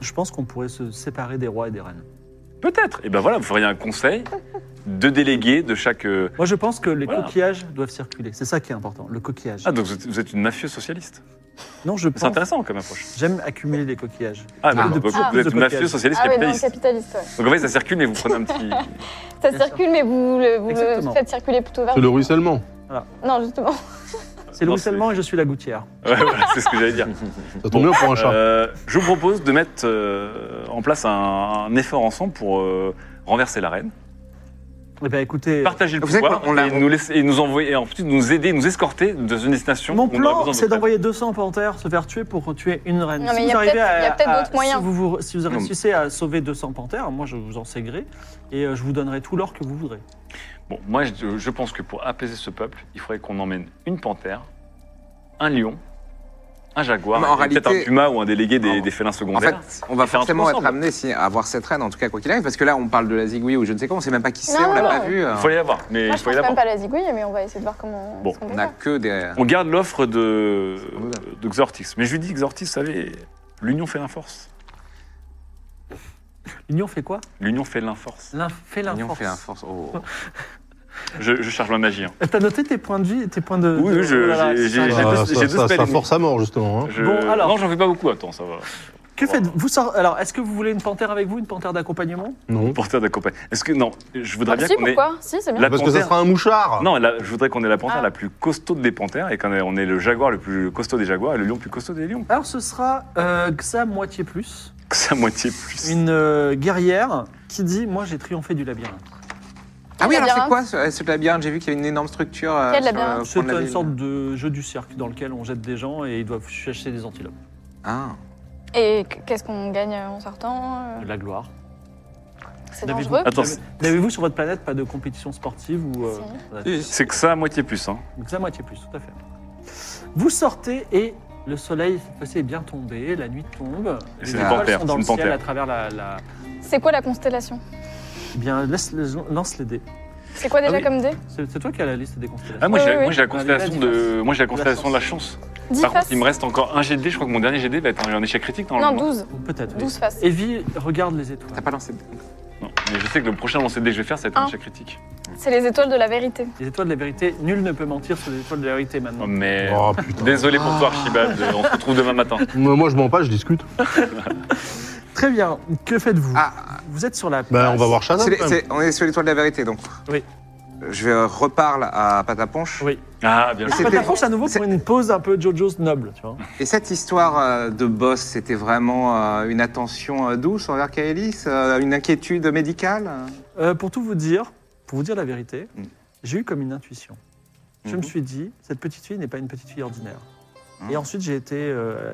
S1: Je pense qu'on pourrait se séparer des rois et des reines.
S3: Peut-être. Et ben voilà, vous feriez un conseil de délégués de chaque. euh,
S1: Moi, je pense que les
S3: Voilà.
S1: coquillages doivent circuler. C'est ça qui est important, le coquillage.
S3: Ah donc vous êtes, vous êtes une mafieuse socialiste.
S1: non, je
S3: C'est
S1: pense.
S3: intéressant comme approche.
S1: J'aime accumuler les coquillages.
S3: Ah, d'accord.
S1: de
S3: donc
S1: plus en
S3: vous
S1: plus
S3: êtes
S1: de
S3: une mafieuse
S1: coquillages.
S3: socialiste
S4: Ah oui, donc
S3: capitaliste.
S4: capitaliste, ouais.
S3: donc en fait ça circule mais vous prenez un petit.
S4: Ça
S1: Bien
S4: circule, mais vous le, vous le
S1: Exactement.
S4: faites circuler plutôt vers.
S2: C'est le ruissellement.
S4: Non, justement.
S1: C'est le
S3: Non,
S1: ruissellement et je suis la gouttière.
S3: Ouais, voilà, c'est ce que j'allais dire.
S2: Ça tombe bien pour un chat.
S3: Euh, je vous propose de mettre euh, en place un, un effort ensemble pour euh, renverser la reine,
S1: Eh bien, écoutez,
S3: partager le
S5: Vous savez
S3: pouvoir
S5: qu'on- on l'a-
S3: et nous laisser et nous envoyer et en plus nous aider, nous escorter dans une destination.
S1: mon
S3: où on aura besoin
S1: plan,
S3: de
S1: c'est
S3: votre aide.
S1: d'envoyer 200 panthères se faire tuer pour tuer une reine.
S4: Non, mais il y
S1: vous
S4: a
S1: arrivez
S4: peut-être- il y a
S1: à-
S4: peut-être
S1: à-
S4: d'autres moyens.
S1: Si vous, vous- si vous
S5: mais-
S1: réussissez à sauver 200 panthères, moi, je vous en ségrerai et euh, je vous donnerai tout l'or que vous voudrez.
S3: Bon, moi, je, je pense que pour apaiser ce peuple, il faudrait qu'on emmène une panthère, un lion, un jaguar,
S5: Mais en
S3: et peut-être
S5: réalité-
S3: un puma ou un délégué des,
S5: En-
S3: des félins
S5: En fait,
S3: secondaires.
S5: on va
S3: Et faire un truc
S5: forcément être
S3: ensemble.
S5: amené si- à voir cette reine, en tout cas, quoi qu'il arrive, parce que là, on parle de la zigouille ou je ne sais quoi, on sait même pas qui c'est,
S4: Non,
S5: on l'a
S4: non,
S5: pas
S4: non.
S5: vu. euh,
S3: il faut y avoir, mais
S4: Moi,
S3: il
S4: je
S3: faut y
S4: pense même
S3: avoir.
S4: pas à la zigouille, mais on va essayer de voir comment.
S3: Bon,
S4: ce qu'on peut
S5: On a
S4: faire.
S5: que des.
S3: On garde l'offre de,
S5: Voilà.
S3: de Xortix. Mais je lui dis, Xortix, vous savez, l'union fait l'inforce.
S1: L'union fait quoi
S3: L'union fait l'inforce.
S1: L'un fait la
S5: L'union fait un
S1: force.
S5: force. oh.
S3: Je, je charge ma magie. hein.
S1: Euh, T'as noté tes points de vie, tes points de.
S3: Oui,
S1: de-
S3: oui, je-
S1: oh là là,
S3: j'ai-
S1: c'est ça.
S3: j'ai-
S2: Ah,
S3: deux-
S2: ça,
S3: deux
S2: ça,
S3: spells
S2: ça
S3: et demi.
S2: force à mort justement. hein.
S3: Je-
S1: Bon, alors-
S3: Non, j'en fais pas beaucoup, attends, ça va.
S1: Que faites vous sort- Alors, est-ce que vous voulez une panthère avec vous, une panthère d'accompagnement
S2: Non.
S3: Panthère d'accompagnement. Est-ce que, non, je voudrais
S4: Ah,
S3: bien
S4: si,
S3: qu'on ait.
S4: pourquoi Si, c'est bien.
S3: La
S2: Parce que ça
S3: panthère-
S2: sera un mouchard.
S3: Non, la- je voudrais qu'on ait la panthère
S4: Ah.
S3: la plus costaude des panthères et qu'on ait, on ait le jaguar le plus costaud des jaguars et le lion le plus costaud des lions.
S1: Alors, ce sera euh, Xa moitié plus,
S3: Que ça moitié plus.
S1: une euh, guerrière qui dit Moi, j'ai triomphé du labyrinthe.
S5: Ah oui,
S4: Il y a
S5: alors
S4: bien
S5: c'est
S4: un-
S5: quoi ce, ce labyrinthe J'ai vu qu'il y avait une énorme structure. euh,
S4: Il y a de
S5: sur,
S4: labyrinthe.
S5: euh, au
S1: C'est
S5: fond de la
S1: une
S5: ville.
S1: sorte de jeu du cirque dans lequel on jette des gens et ils doivent chasser des antilopes.
S5: Ah.
S4: Et qu- qu'est-ce qu'on gagne en sortant euh
S1: De la gloire.
S4: C'est
S1: David,
S4: dangereux.
S3: Attends,
S1: N'avez- N'avez-vous sur votre planète pas de compétition sportive ou euh,
S3: c'est que ça à moitié plus. Hein.
S1: Donc la moitié plus, tout à fait. Vous sortez et le soleil cette fois-ci, est bien tombé, la nuit tombe.
S3: Et
S1: Les
S3: c'est
S5: une
S1: étoiles
S3: panthère,
S1: sont dans
S3: c'est
S1: le
S3: une
S1: ciel
S3: panthère.
S1: à travers la. la-
S4: C'est quoi la constellation
S1: Eh Bien, laisse les- lance les dés.
S4: C'est quoi déjà
S3: Ah oui.
S4: comme dé
S1: C'est c'est toi qui as la liste des constellations.
S3: Ah, moi,
S4: Ouais,
S3: j'ai,
S4: ouais,
S3: moi, j'ai la
S1: ouais. Ah,
S3: constellation
S1: mais là,
S3: de, moi j'ai la
S1: la
S3: constellation de la
S1: chance.
S3: chance.
S4: 10
S3: Par
S4: faces
S3: contre, il me reste encore un GD. Je crois que mon dernier GD va être un un échec critique
S4: Non,
S3: normalement.
S4: 12.
S1: Peut-être. oui.
S4: 12 faces.
S1: Evie regarde les
S5: T'as
S1: étoiles.
S5: pas lancé de
S3: Non, mais je sais que le prochain lancer de dés que je vais faire, ça va être
S4: Un.
S3: un échec critique.
S4: C'est les étoiles de la vérité.
S1: Les étoiles de la vérité, nul ne peut mentir sur les étoiles de la vérité maintenant.
S3: Oh, mais.
S2: Oh putain.
S3: Désolé pour toi, Archibald.
S4: Ah.
S3: On se retrouve demain matin.
S2: Moi, moi, je mens pas, je discute.
S1: Très bien, que faites-vous
S5: Ah,
S1: Vous êtes sur la place.
S2: Bah, on va voir Shazam.
S5: c'est les-
S2: quand même.
S5: c'est- on est sur l'étoile de la vérité donc.
S1: Oui.
S5: Je vais, euh, reparle à Pataponche.
S1: Oui.
S3: Ah, bien sûr.
S5: C'était-
S1: T'approches à nouveau pour
S5: c'est-
S1: une pause un peu JoJo's noble, tu vois.
S5: Et cette histoire euh, de boss, c'était vraiment euh, une attention euh, douce envers Kaelis euh, Une inquiétude médicale
S1: Euh, pour tout vous dire, pour vous dire la vérité,
S5: Mm.
S1: j'ai eu comme une intuition. Je me
S5: Mhm.
S1: suis dit, cette petite fille n'est pas une petite fille ordinaire.
S5: Mhm.
S1: Et ensuite, j'ai été euh,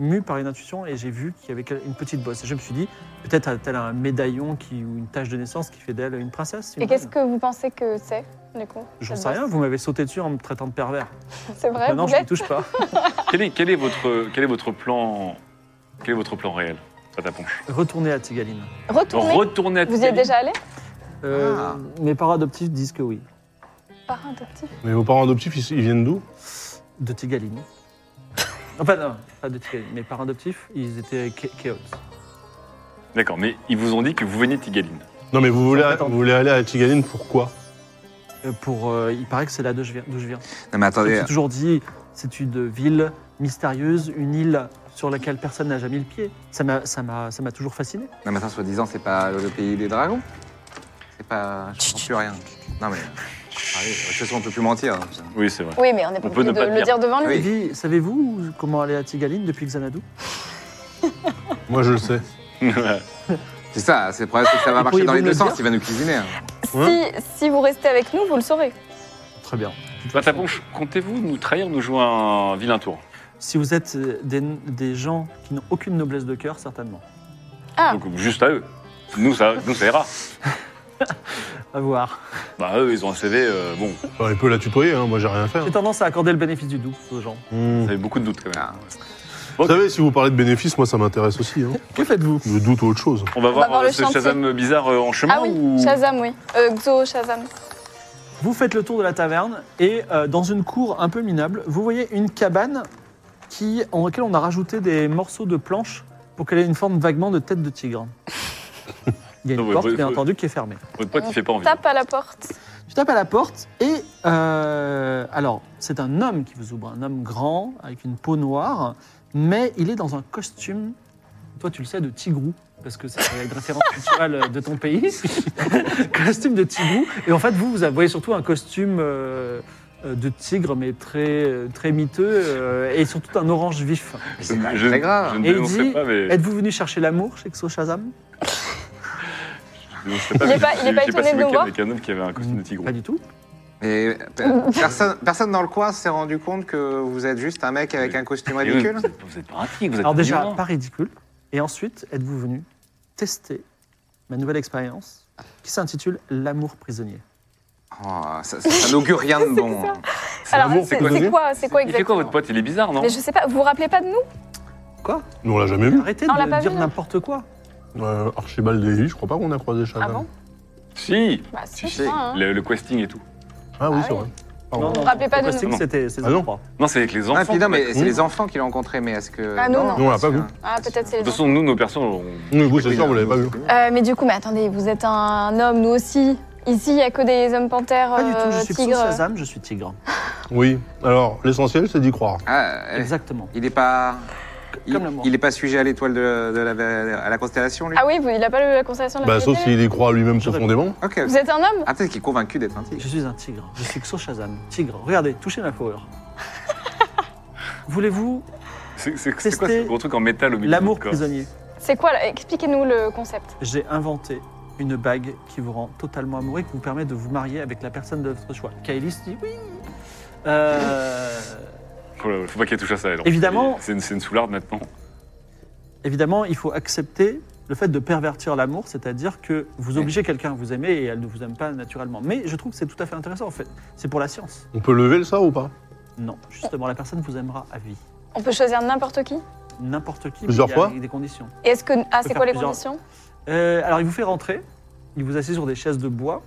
S1: mu par une intuition et j'ai vu qu'il y avait quel- une petite bosse. Et je me suis dit, peut-être a-t-elle un médaillon qui, ou une tache de naissance qui fait d'elle une princesse une
S4: Et qu'est-ce
S1: reine
S4: que vous pensez que c'est, du coup
S1: J'en
S4: cette
S1: sais rien,
S4: bosse
S1: vous m'avez sauté dessus en me traitant de pervers.
S4: C'est vrai
S1: Maintenant,
S4: vous
S1: je ne
S4: êtes
S1: touche pas.
S3: Quel est, quel est votre, quel est votre plan, quel est votre plan réel, Pataponche
S1: Retournez à Tigaline.
S4: Retournez.
S3: Retournez à
S4: Vous y êtes
S3: Tigali.
S4: déjà allé
S1: Euh,
S5: Ah.
S1: Mes parents adoptifs disent que oui.
S4: Par un tout petit.
S2: Mais vos parents adoptifs, ils, ils viennent d'où
S1: De Tigaline. enfin, non, pas de Tigaline. Mes parents adoptifs, ils étaient chaos.
S3: D'accord, mais ils vous ont dit que vous veniez de Tigaline.
S2: Non, mais vous voulez,
S1: Attends.
S2: vous voulez aller à Tigaline, pourquoi
S1: Pour, euh, il paraît que c'est là d'où je viens. d'où je viens.
S5: Non mais
S1: Je me
S5: attendez,
S1: suis toujours dit, c'est une ville mystérieuse, une île sur laquelle personne n'a jamais le pied. Ça m'a, ça m'a, ça m'a toujours fasciné.
S5: non mais attends, soi-disant c'est pas le pays des dragons C'est pas... je comprends plus rien. Non mais... Allez, de toute façon on peut plus mentir.
S3: Oui, c'est vrai.
S4: Oui, mais on n'est pas
S3: On peut
S4: obligé
S3: ne
S4: de
S3: pas
S4: le
S3: dire.
S4: dire devant lui.
S5: Oui.
S1: Evie, savez-vous comment aller à Tigaline depuis Xanadu
S2: Moi, je le sais.
S5: C'est ça, c'est le problème c'est que ça
S1: Et
S5: va marcher dans
S1: pourriez-vous
S5: les
S1: me le
S5: deux sens,
S1: dire
S5: il va nous cuisiner. hein.
S4: Si, si vous restez avec nous, vous le saurez.
S1: Très bien.
S3: Pataponche, comptez-vous nous trahir, nous jouer un vilain tour
S1: Si vous êtes euh, des, des gens qui n'ont aucune noblesse de cœur, certainement.
S4: Ah.
S3: Donc juste à eux. Nous, ça, nous, ça ira.
S1: À voir.
S3: Bah, eux, ils ont un CV, euh, bon,
S2: Enfin, il peut la tutoyer, hein, moi, j'ai rien fait.
S1: J'ai tendance à accorder le bénéfice du doute aux gens.
S3: vous avez beaucoup de doutes quand même.
S5: Ah.
S2: Vous savez, si vous parlez de bénéfices, moi, ça m'intéresse aussi. hein.
S1: Que faites-vous
S2: Le doute ou autre chose.
S3: On va voir,
S4: voir le
S3: euh, ce
S4: chantier.
S3: Shazam bizarre euh, en chemin
S4: Ah oui,
S3: ou...
S4: Shazam, oui. Euh, Xo, Shazam.
S1: Vous faites le tour de la taverne et euh, dans une cour un peu minable, vous voyez une cabane qui, en laquelle on a rajouté des morceaux de planches pour qu'elle ait une forme vaguement de tête de tigre. Il y a une
S3: Non, mais
S1: porte,
S3: faut-
S1: bien
S3: faut-
S1: entendu, qui est fermée.
S3: Votre pote, il fait pas envie.
S4: Tape à la porte.
S1: Tu tapes à la porte et... euh, alors, c'est un homme qui vous ouvre, un homme grand, avec une peau noire, mais il est dans un costume, toi tu le sais, de tigrou, parce que c'est la référence culturelle de ton pays. costume de tigrou. Et en fait, vous, vous voyez surtout un costume euh, euh, de tigre, mais très, euh, très miteux, euh, et surtout un orange vif.
S3: Euh.
S5: C'est pas très
S3: Je
S5: grave.
S3: ne
S1: Et il
S3: dénoncerai
S1: dit-
S3: pas, mais...
S1: Êtes-vous venu chercher l'amour chez Xo Shazam
S3: je dénoncerai
S4: Il est pas- il est
S3: mais
S4: pas
S3: j'ai- j'ai
S4: étonné
S3: passé
S4: de nous
S3: le week-end
S4: voir
S3: avec un homme qui avait un costume de tigre.
S1: Pas du tout.
S5: Mais pe- personne, personne dans le coin s'est rendu compte que vous êtes juste un mec avec un costume
S3: Et oui,
S5: ridicule
S3: vous êtes- Vous êtes pas un tigre, vous êtes
S1: Alors
S3: un
S1: déjà,
S3: humain.
S1: pas ridicule. Et ensuite, êtes-vous venu tester ma nouvelle expérience qui s'intitule L'amour prisonnier
S5: Oh, ça, ça- ça n'augure rien de bon.
S4: Alors,
S2: l'amour,
S4: c'est
S2: c'est quoi,
S4: c'est
S2: Xo
S4: quoi, c'est quoi
S3: Il fait quoi
S4: exactement
S3: votre pote Il est bizarre, non
S4: Mais je sais pas, vous vous rappelez pas de nous
S2: Nous, on l'a jamais vu.
S1: Arrêtez
S4: Ah,
S3: Hum.
S4: on l'a
S1: de
S4: pas
S1: dire
S4: vu, là.
S1: n'importe quoi.
S2: Euh, Archibald et Ellie, je crois pas qu'on a croisé
S4: Ah
S2: Shazam.
S4: bon
S3: Si
S4: Bah, si,
S3: Si,
S4: je
S3: si.
S4: crois, hein.
S3: le, le questing et tout.
S2: Ah oui,
S4: Ah
S2: c'est
S4: oui.
S2: vrai.
S1: Non,
S2: Pardon.
S4: vous
S1: non,
S4: rappelez pas de
S1: le casting,
S3: Oh. nous.
S1: C'était ces
S2: Ah non.
S1: endroits.
S3: Non, c'est avec les enfants.
S5: Ah, puis non,
S3: en fait.
S5: mais c'est
S2: Mmh.
S5: les enfants qui l'ont rencontré, mais est-ce que.
S4: Ah, nous, non.
S2: Nous, on l'a pas
S5: c'est
S2: vu.
S5: sûr.
S4: Ah, peut-être
S3: De
S4: c'est les
S3: toute
S4: enfants.
S3: façon, nous, nos personnes, on-
S2: Oui, vous, c'est sûr, vous l'avez pas vu.
S4: Euh, mais du coup, mais attendez, vous êtes un homme, nous aussi. Ici, il n'y a que des hommes panthères,
S1: Pas du tout,
S4: euh,
S1: je suis Xo
S4: tigres.
S1: Shazam, je suis tigre.
S2: Oui, alors l'essentiel c'est d'y croire.
S5: Ah,
S3: Eh.
S5: euh,
S1: Exactement.
S5: il est pas. Il,
S1: Comme l'amour.
S5: il est pas sujet à l'étoile de, de la, à la constellation, lui
S4: Ah oui, vous- il n'a pas le- la constellation de la
S2: Bah, sauf
S4: vérité,
S2: s'il y croit lui-même
S1: J'aurais-
S2: profondément.
S5: Ok.
S4: Vous êtes un homme
S5: Ah, peut-être qu'il est convaincu d'être un tigre.
S1: Je suis un tigre, je suis Xo Shazam. Tigre, regardez, touchez ma fourrure. Voulez-vous
S3: C'est c'est- c'est quoi
S1: Tester
S3: ce gros truc en métal au milieu
S1: l'amour
S3: du corps
S1: prisonnier
S4: C'est quoi là Expliquez-nous le concept.
S1: J'ai inventé une bague qui vous rend totalement amoureux et qui vous permet de vous marier avec la personne de votre choix. Kaelis dit oui. Euh,
S3: Faut, faut pas qu'elle touche à ça. elle.
S1: Évidemment.
S3: C'est une, c'est une soularde maintenant.
S1: Évidemment, il faut accepter le fait de pervertir l'amour, c'est-à-dire que vous obligez quelqu'un à vous aimer et elle ne vous aime pas naturellement. Mais je trouve que c'est tout à fait intéressant en fait. C'est pour la science.
S2: On peut lever le ça ou pas
S1: Non, justement, la personne vous aimera à vie.
S4: On peut choisir n'importe qui.
S1: N'importe qui, mais
S2: Plusieurs
S1: il y a
S2: fois
S1: des conditions.
S4: Et est-ce que.
S1: peut
S4: Ah, c'est
S1: faire
S4: quoi les
S1: plusieurs.
S4: conditions
S1: Euh, alors il vous fait rentrer, il vous assise sur des chaises de bois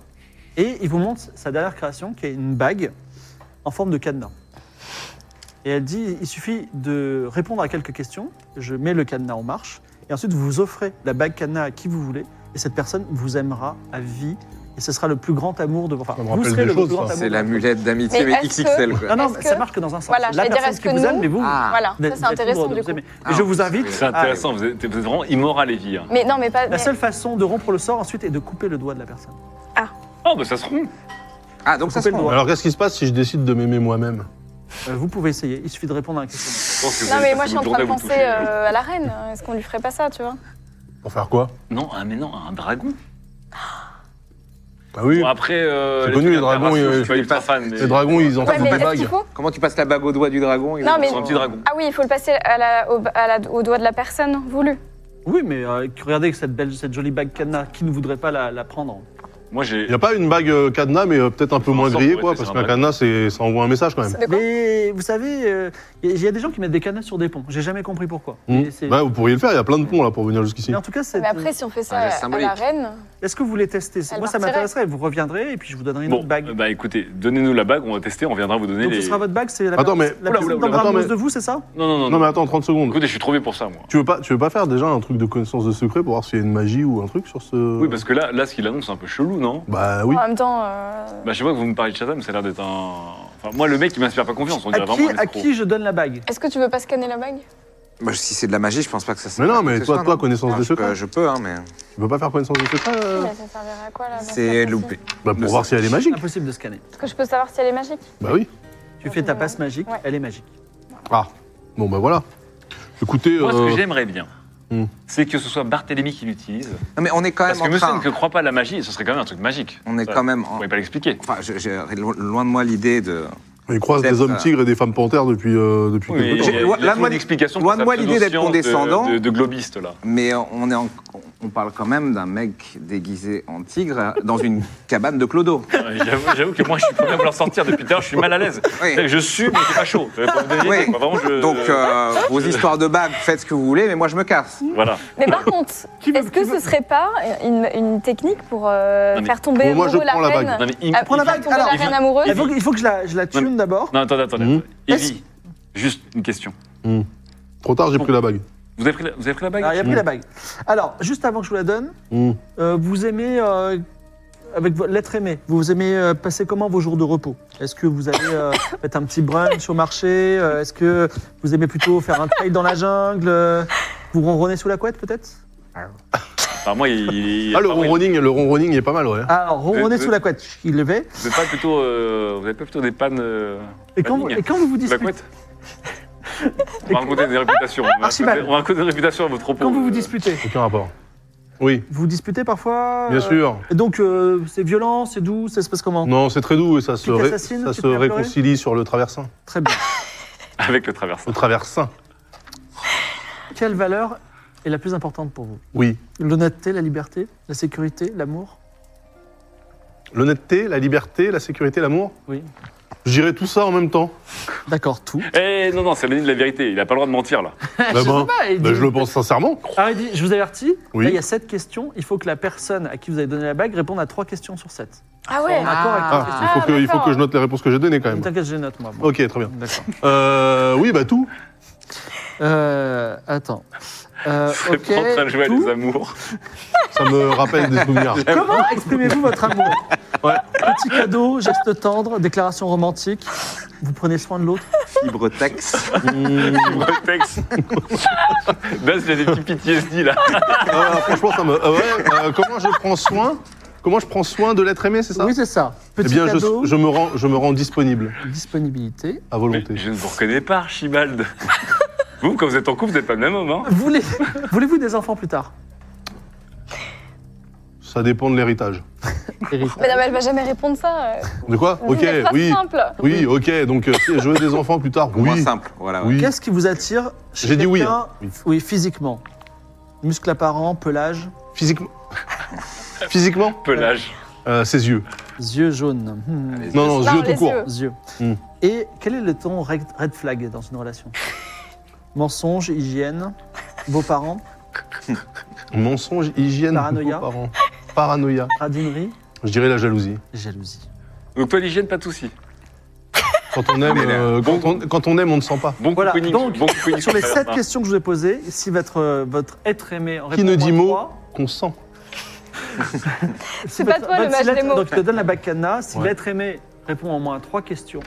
S1: et il vous montre sa dernière création qui est une bague en forme de cadenas. Et elle dit il suffit de répondre à quelques questions, je mets le cadenas en marche et ensuite vous offrez la bague cadenas à qui vous voulez et cette personne vous aimera à vie et ce sera le plus grand amour de vos enfin,
S2: Ça me
S1: vous
S2: rappelle
S1: serez
S2: des
S1: le
S2: choses,
S1: plus grand
S2: ça.
S1: amour.
S5: C'est
S1: de votre-
S5: l'amulette d'amitié,
S4: Mais
S5: mais
S4: est-ce
S5: XXL, quoi.
S1: Non non,
S4: Est-ce
S1: mais ça
S4: que-
S1: marche que dans un sens.
S4: Voilà,
S1: la
S4: j'allais dire,
S1: personne
S4: est-ce
S1: qui
S4: que
S1: vous
S4: nous-
S1: aime mais vous,
S5: Ah.
S4: Voilà,
S1: vous êtes-
S4: ça c'est
S1: vous êtes
S4: intéressant
S1: libre de
S4: du
S1: vous
S4: coup.
S1: aimer.
S5: Ah,
S1: Et je vous invite
S3: C'est intéressant, vous, êtes, vous êtes vraiment immoral hein. et vie.
S4: Mais non, mais pas.
S1: à- La
S4: mais-
S1: seule façon de rompre le sort ensuite est de couper le doigt de la personne.
S3: Oh, bah ça se rompt
S5: Ah, donc ça se
S1: Coupez le
S5: prend.
S1: doigt.
S2: Alors qu'est-ce qui se passe si je décide de m'aimer moi-même
S1: Euh, vous pouvez essayer, il suffit de répondre à un questionnaire.
S3: Je pense que vous
S4: Non,
S3: allez
S4: mais
S3: passer
S4: moi je suis en
S3: votre
S4: train de
S3: journée à vous
S4: penser
S3: toucher.
S4: euh, à la reine. Est-ce qu'on lui ferait pas ça, tu vois
S2: Pour faire quoi
S3: Non, un, mais non, un dragon.
S2: Bah oui.
S3: Bon, après. euh,
S2: C'est connu,
S3: trucs
S2: les dragons,
S3: interraciaux,
S2: ils-
S3: je suis pas
S5: ils
S3: ultra
S5: passent-
S3: fan. mais-
S2: Les dragons, ils en font
S4: Ouais, mais
S2: des
S4: est-ce qu'il
S2: bagues.
S4: faut
S5: Comment tu passes la bague au doigt du dragon et-
S4: Non, mais-
S3: Sur un petit dragon.
S4: Ah oui, il faut le passer à la, au, à la- au doigt de la personne voulue.
S1: Oui, mais euh, regardez cette, belle, cette jolie bague cadenas, qui ne voudrait pas la, la prendre
S3: Moi, j'ai.
S2: Il n'y a pas une bague euh, cadenas, mais euh, peut-être un peu
S3: Enfin,
S2: moins
S3: ça, on
S2: grillée,
S3: pourrait
S2: quoi,
S3: faire
S2: parce
S3: un
S2: qu'un
S3: bague.
S2: cadenas, c'est- ça envoie un message quand même.
S4: De quoi
S1: Mais vous savez, euh, il y a des gens qui mettent des cadenas sur des ponts. J'ai jamais compris pourquoi.
S3: Mmh.
S2: Hmm.
S1: Et c'est-
S2: Bah, vous pourriez le faire, il y a plein de ponts là pour venir jusqu'ici.
S1: Mais en tout cas, c'est-
S4: Mais après, si on fait ça
S5: Un
S4: à,
S5: geste
S4: la
S5: symbolique.
S4: reine.
S1: est-ce que vous voulez tester ça
S4: Elle
S1: Moi, ça
S4: partirait.
S1: m'intéresserait. Vous reviendrez et puis je vous donnerai une
S3: Bon,
S1: autre bague.
S3: euh, bah écoutez, donnez-nous la bague, on va tester, on viendra vous donner
S1: Donc,
S3: les.
S1: ce sera votre bague, c'est la,
S2: Attends, mais-
S1: la
S3: Oula,
S1: personne
S3: oula,
S1: dans
S3: oula.
S1: Brambles
S2: Attends, mais-
S1: de vous, c'est ça
S3: Non, non, non.
S2: Non,
S3: non.
S2: mais attends, 30 secondes.
S3: Écoutez, je suis trop fait pour ça, moi.
S2: Tu veux, pas, tu veux pas faire déjà un truc de connaissance de secret pour voir s'il y a une magie ou un truc sur
S1: Euh.
S2: ce.
S3: Oui, parce que là, là ce qu'il annonce, c'est un peu chelou, non
S2: Bah oui.
S4: En même temps. euh,
S3: Bah, je sais pas que vous me parlez de Shazam, ça a l'air d'être un. Enfin, moi, le mec, il m'inspire pas confiance, on
S1: à
S3: dirait
S1: qui,
S3: vraiment un
S1: à
S3: escroc.
S1: qui je donne la bague
S4: Est-ce que tu veux pas scanner la bague
S5: Moi, si c'est de la magie, je pense pas que ça se
S2: Mais non, mais toi, toi, connaissance
S5: connaissance
S2: des
S5: hein. Ah, je, peux,
S2: secrets.
S5: je peux, hein, mais
S2: Tu veux pas faire connaissance des secrets euh
S4: Mais Ah, bah, Ça servirait à quoi là dans ce
S5: c'est
S4: cas-ci
S5: loupé.
S2: Bah,
S5: Le
S2: pour voir si elle est magique.
S1: Impossible de scanner.
S4: Est-ce que je peux savoir si elle est magique
S2: Bah oui.
S1: Tu fais ta passe magique,
S4: Ouais.
S1: elle est magique.
S2: Ah. Bon, bah voilà. Écoutez.
S3: Moi, ce
S2: euh,
S3: que j'aimerais bien,
S2: Hmm.
S3: c'est que ce soit Barthélemy qui l'utilise.
S5: Non, mais on est quand même
S3: Parce que
S5: en
S3: me
S5: train.
S3: semble que croit pas à la magie, ce serait quand même un truc magique.
S5: On est
S3: Ça,
S5: quand même
S3: Vous
S5: en.
S3: pouvez pas l'expliquer.
S5: Enfin, je- je- lo- loin de moi l'idée de.
S2: Ils croisent des
S5: Peut-être,
S2: hommes
S5: euh,
S2: tigres et des femmes panthères depuis, euh, depuis
S3: Oui,
S2: quelque
S3: il
S2: temps.
S3: y a- il y a
S5: loin de
S3: toujours
S5: moi-
S3: une explication
S5: loin
S3: pour
S5: de
S3: sa
S5: moi l'idée d'être
S3: pseudo-science de-
S5: condescendant.
S3: De, de globiste, là.
S5: Mais on, est en- on parle quand même d'un mec déguisé en tigre dans une cabane de clodo.
S3: Ouais, J'avoue j'avoue que moi, je suis pas même leur sortir depuis tout à l'heure, je suis mal à l'aise.
S5: Oui.
S3: C'est-à-dire que Je suis, mais c'est pas chaud. Pour vous donner une idée,
S5: Oui.
S3: quoi. Vraiment, je-
S5: Donc, euh, vos histoires de bagues, faites ce que vous voulez, mais moi, je me casse.
S3: Voilà.
S4: Mais par contre, est-ce que ce serait pas une, une technique pour euh,
S3: Non, mais-
S4: faire tomber
S2: Bon, moi, je
S4: amoureux la
S2: prends la
S4: reine
S2: bague.
S3: Non, mais il-
S4: Ah,
S3: il-
S1: Prends la
S4: faire
S1: bague,
S4: tomber
S1: alors.
S4: la reine amoureuse
S1: Il faut, il faut que je la, je la
S3: Non,
S1: tune d'abord.
S3: Non, attendez, attendez.
S2: Hmm.
S3: attendez. Evie, juste une question.
S2: Trop tard, j'ai pris la bague.
S3: Vous avez pris la, vous avez pris la bague
S5: Ah,
S1: Alors, Ah, il a pris la bague. Alors, juste avant que je vous la donne,
S2: Hmm.
S1: Euh, vous aimez, euh, avec vo- l'être aimé, vous aimez euh, passer comment vos jours de repos Est-ce que vous allez euh, mettre un petit brunch au marché Euh, Est-ce que vous aimez plutôt faire un trail dans la jungle Euh, Vous ronronnez sous la couette peut-être
S3: Enfin, moi, il. il-
S2: Ah, le
S3: enfin, oui,
S2: ronronning, le ronronning est pas mal, ouais.
S1: Ah, Alors, ronronner
S3: Euh,
S1: sous
S3: euh.
S1: la couette, il levait.
S3: Vous n'avez pas plutôt, euh, vous avez pas plutôt des pannes euh,
S1: Et quand, vous-
S3: Banning.
S1: et quand vous vous
S3: sous la
S1: disputez,
S3: couette Bah, On va raconter des réputations. On va
S1: Archibald.
S3: raconter- on va raconter des réputations à votre propos.
S1: quand Ah, vous, vous
S3: euh.
S1: disputez,
S2: Aucun rapport. Oui,
S1: vous disputez parfois
S2: bien
S1: euh,
S2: sûr.
S1: et Donc, euh, c'est violent, c'est doux, ça se passe comment
S2: Non, c'est très doux et ça se,
S1: Tu
S2: ré-
S1: t'assassines,
S2: ça
S1: tu
S2: se
S1: te fais pleurer
S2: réconcilie sur le traversin.
S1: Très bien.
S3: Avec le traversin.
S2: Le traversin,
S1: Quelle valeur est la plus importante pour vous
S2: oui.
S1: L'honnêteté, la liberté, la sécurité, l'amour
S2: L'honnêteté, la liberté, la sécurité, l'amour
S1: Oui.
S2: J'irai tout ça en même temps.
S1: D'accord, tout.
S3: Eh non, non, c'est l'année de la vérité. Il n'a pas le droit de mentir, là.
S2: Bah, ben,
S1: pas, il
S2: ben,
S1: dit-
S2: je le pense sincèrement.
S1: Ah, il dit, je vous avertis,
S2: Oui.
S1: là, il y a sept questions. Il faut que la personne à qui vous avez donné la bague réponde à trois questions sur sept.
S4: Ah ouais
S1: En accord avec
S5: Ah.
S1: la question.
S2: il, faut
S4: Ah,
S2: que, il faut
S4: d'accord.
S2: que je note les réponses que j'ai données quand
S1: Ne
S2: même.
S1: T'inquiète, je les note, moi. moi.
S2: Ok, très bien.
S1: D'accord.
S2: Euh, oui, bah tout.
S1: Euh, attends. Euh,
S3: Je
S1: ok.
S3: suis en train de jouer à
S1: tout.
S3: des amours.
S2: Ça me rappelle des souvenirs.
S1: Comment exprimez-vous votre amour Petit cadeau, geste tendre, déclaration romantique. Vous prenez soin de l'autre.
S5: Fibre texte.
S2: Mmh.
S3: Texte. Daz, il a des petits PTSD, là.
S2: Ah ouais, franchement, ça me. ah ouais, euh, comment je prends soin Comment je prends soin de l'être aimé, c'est ça
S1: Oui, c'est ça.
S2: Eh
S1: Petit
S2: bien, je,
S1: cadeau,
S2: je me rends, je me rends disponible
S1: disponibilité.
S2: à
S3: Mais
S2: volonté.
S3: Je ne vous reconnais pas, Archibald. Vous, quand vous êtes en couple, vous n'êtes pas le même homme, hein
S1: Voulez- Voulez-vous des enfants plus tard
S2: Ça dépend de l'héritage.
S1: Eric
S4: Mais non, mais elle va jamais répondre ça. euh.
S2: De quoi
S4: Dis
S2: Ah. Ok,
S4: des phrases
S2: oui.
S4: simples.
S2: Oui, ok, donc euh, si je veux des enfants plus tard,
S5: Moins
S2: oui.
S5: simple, voilà. ouais.
S2: Oui.
S1: Qu'est-ce qui vous attire chez
S2: J'ai dit oui,
S1: quelqu'un
S2: hein. Oui.
S1: Oui, physiquement. Muscles apparents, pelage,
S2: Physiquement. Physiquement
S3: Pelage.
S2: Euh, Ses yeux.
S1: yeux jaunes. Hmm.
S3: Allez,
S2: Non, non,
S4: Non,
S2: yeux
S4: les
S2: tout court.
S4: yeux.
S1: yeux.
S2: Hmm.
S1: Et quel est le ton red, red flag dans une relation Mensonge, hygiène, beaux-parents,
S2: Mensonge, hygiène,
S1: Paranoïa.
S2: beaucoup parents. Paranoïa.
S1: radinerie,
S2: Je dirais la jalousie.
S1: jalousie.
S3: Donc, pas l'hygiène, pas de soucis.
S2: Quand on aime,
S3: Mais là,
S2: euh, quand, on, quand on aime, on ne sent pas.
S3: Bon
S1: Voilà,
S3: cocooning,
S1: donc,
S3: bon cocooning,
S1: Sur les
S3: ça va,
S1: sept
S3: hein.
S1: questions que je vous ai posées, si votre, euh, votre être aimé en
S2: Qui ne
S1: répond
S2: dit
S1: moins
S2: mot
S1: trois,
S2: Qu'on sent.
S1: si
S4: pas
S1: votre-
S4: toi, le
S1: votre-
S4: mage
S1: si l'être-
S4: des mots.
S1: Donc, il te donne la bacana. Si
S2: Ouais.
S1: l'être aimé répond en moins à trois questions,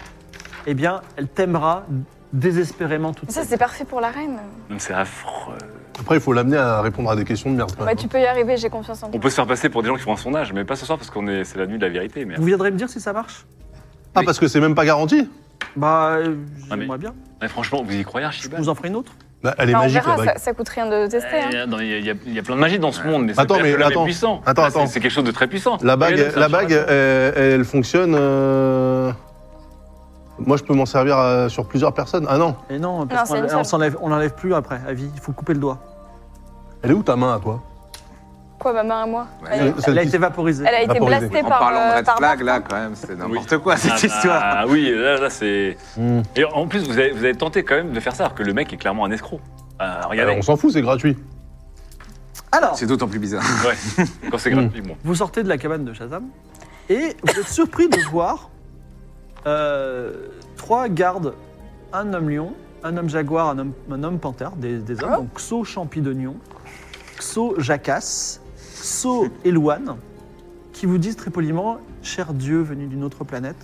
S1: eh bien, elle t'aimera désespérément toute
S4: Ça,
S1: seule.
S4: c'est parfait pour la reine.
S3: Non, C'est affreux.
S2: Après, il faut l'amener à répondre à des questions de merde. quand
S4: Bah,
S2: même.
S4: tu peux y arriver, j'ai confiance en
S3: On
S4: toi.
S3: peut se faire passer pour des gens qui font un sondage, mais pas ce soir parce qu'on est, c'est la nuit de la vérité. Mais
S1: Vous viendrez me dire si ça marche
S2: Ah, parce que c'est même pas garanti
S1: Bah, euh,
S3: Ah, mais-
S1: j'aimerais bien.
S3: Ouais, franchement, vous y croyez,
S1: Je
S3: Archibald
S1: vous en ferai une autre.
S2: Bah, Elle est
S4: Enfin, on
S2: magique, la
S4: verra,
S2: bague.
S4: ça, ça coûte rien de tester. hein.
S3: Euh, non, Il y, a- il y a- il y a plein de magie dans ce monde, mais
S2: Attends,
S3: c'est
S2: mais
S3: pas
S2: attends.
S3: puissant.
S2: Attends,
S3: Là, c'est-
S2: attends.
S3: C'est quelque chose de très puissant.
S2: La bague,
S3: Regardez, c'est un
S2: la bague
S3: charac.
S2: elle, elle fonctionne. euh, Moi, je peux m'en servir euh, sur plusieurs personnes. Ah non,
S1: Et non,
S4: Non,
S1: parce
S4: c'est
S1: qu'on
S4: une
S1: on
S4: seule.
S1: s'enlève- on l'enlève plus après, à vie. Il faut couper le doigt.
S2: elle est où ta main à toi
S4: Quoi, ma main à moi
S5: Ouais.
S4: Elle,
S2: Celle
S1: Elle a
S2: qui-
S1: été vaporisée.
S4: elle a été
S2: Vaporisé.
S4: blastée
S5: En
S4: par.
S5: parlant
S4: euh,
S5: de red
S4: par
S5: flag,
S4: Marc.
S5: là, quand même, c'est n'importe
S3: Oui.
S5: quoi cette
S3: Ah bah,
S5: histoire.
S3: Ah oui, là, là, c'est.
S2: Hmm.
S3: Et en plus, vous avez, vous avez tenté quand même de faire ça, alors que le mec est clairement un escroc. Ah, regardez,
S2: Alors, On s'en fout, c'est gratuit.
S3: bah.
S1: Alors,
S5: C'est d'autant plus bizarre.
S3: quand c'est gratuit, bon.
S1: vous sortez de la cabane de Shazam et vous êtes surpris de voir euh, trois gardes, un homme lion, un homme jaguar, un homme, un homme panthère, des, des hommes, donc Xo Champidonion, Xo Jacasse, Xo Elouane, qui vous disent très poliment « Cher Dieu venu d'une autre planète,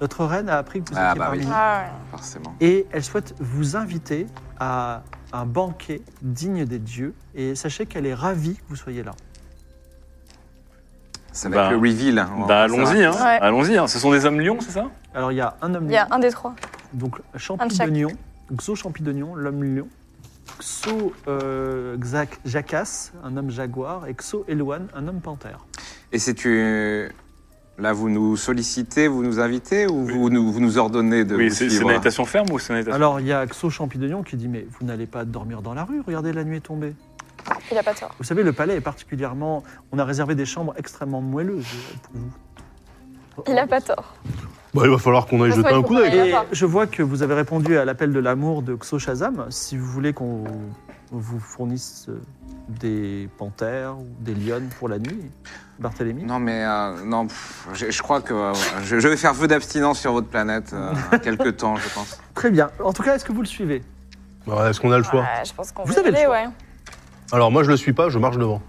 S1: notre reine a appris que vous
S5: Ah,
S1: étiez
S5: bah
S1: parmi
S5: oui.
S1: nous.
S4: Ah, ouais.
S5: Forcément.
S1: Et elle souhaite vous inviter à un banquet digne des dieux. Et sachez qu'elle est ravie que vous soyez là.
S5: Ça va
S3: Bah,
S5: être le reveal. hein. On va
S3: Bah,
S5: voir ça.
S3: allons-y, hein.
S4: Ouais.
S3: Allons-y, hein. Ce sont des hommes lions, c'est ça
S1: Alors il y a un homme
S4: Il
S1: lion,
S4: y a un des trois.
S1: donc champignon, Xo champignon, l'homme lion, Xo euh, Xac Jacasse, un homme jaguar, et Xo Eloan, un homme panthère.
S5: Et si tu. Là, vous nous sollicitez, vous nous invitez ou vous, nous, vous nous ordonnez de
S3: Oui,
S5: vous
S3: c'est c'est
S5: suivre
S3: une invitation ferme ou c'est une invitation
S1: Alors il y a Xo champignon qui dit mais vous n'allez pas dormir dans la rue, regardez la nuit est tombée.
S4: Il a pas tort.
S1: Vous savez le palais est particulièrement, on a réservé des chambres extrêmement moelleuses pour vous.
S4: Il a pas tort.
S2: Bah, il va falloir qu'on aille
S4: Parce
S2: jeter
S4: qu'il
S2: un
S4: faut
S2: coup
S4: qu'on
S2: d'œil.
S4: aille-
S1: Et je vois que vous avez répondu à l'appel de l'amour de Xo Shazam. Si vous voulez qu'on vous fournisse euh, des panthères ou des lionnes pour la nuit, Barthélemy.
S5: Non, mais euh, non, pff, je, je crois que euh, je, je vais faire feu d'abstinence sur votre planète euh, quelques temps, je pense.
S1: Très bien. En tout cas, est-ce que vous le suivez
S2: Bah, Est-ce qu'on a le choix
S4: Ouais, je pense qu'on
S1: Vous
S4: va y
S1: avez le
S4: aller,
S1: choix.
S4: ouais.
S2: Alors, moi, je le suis pas, je marche devant.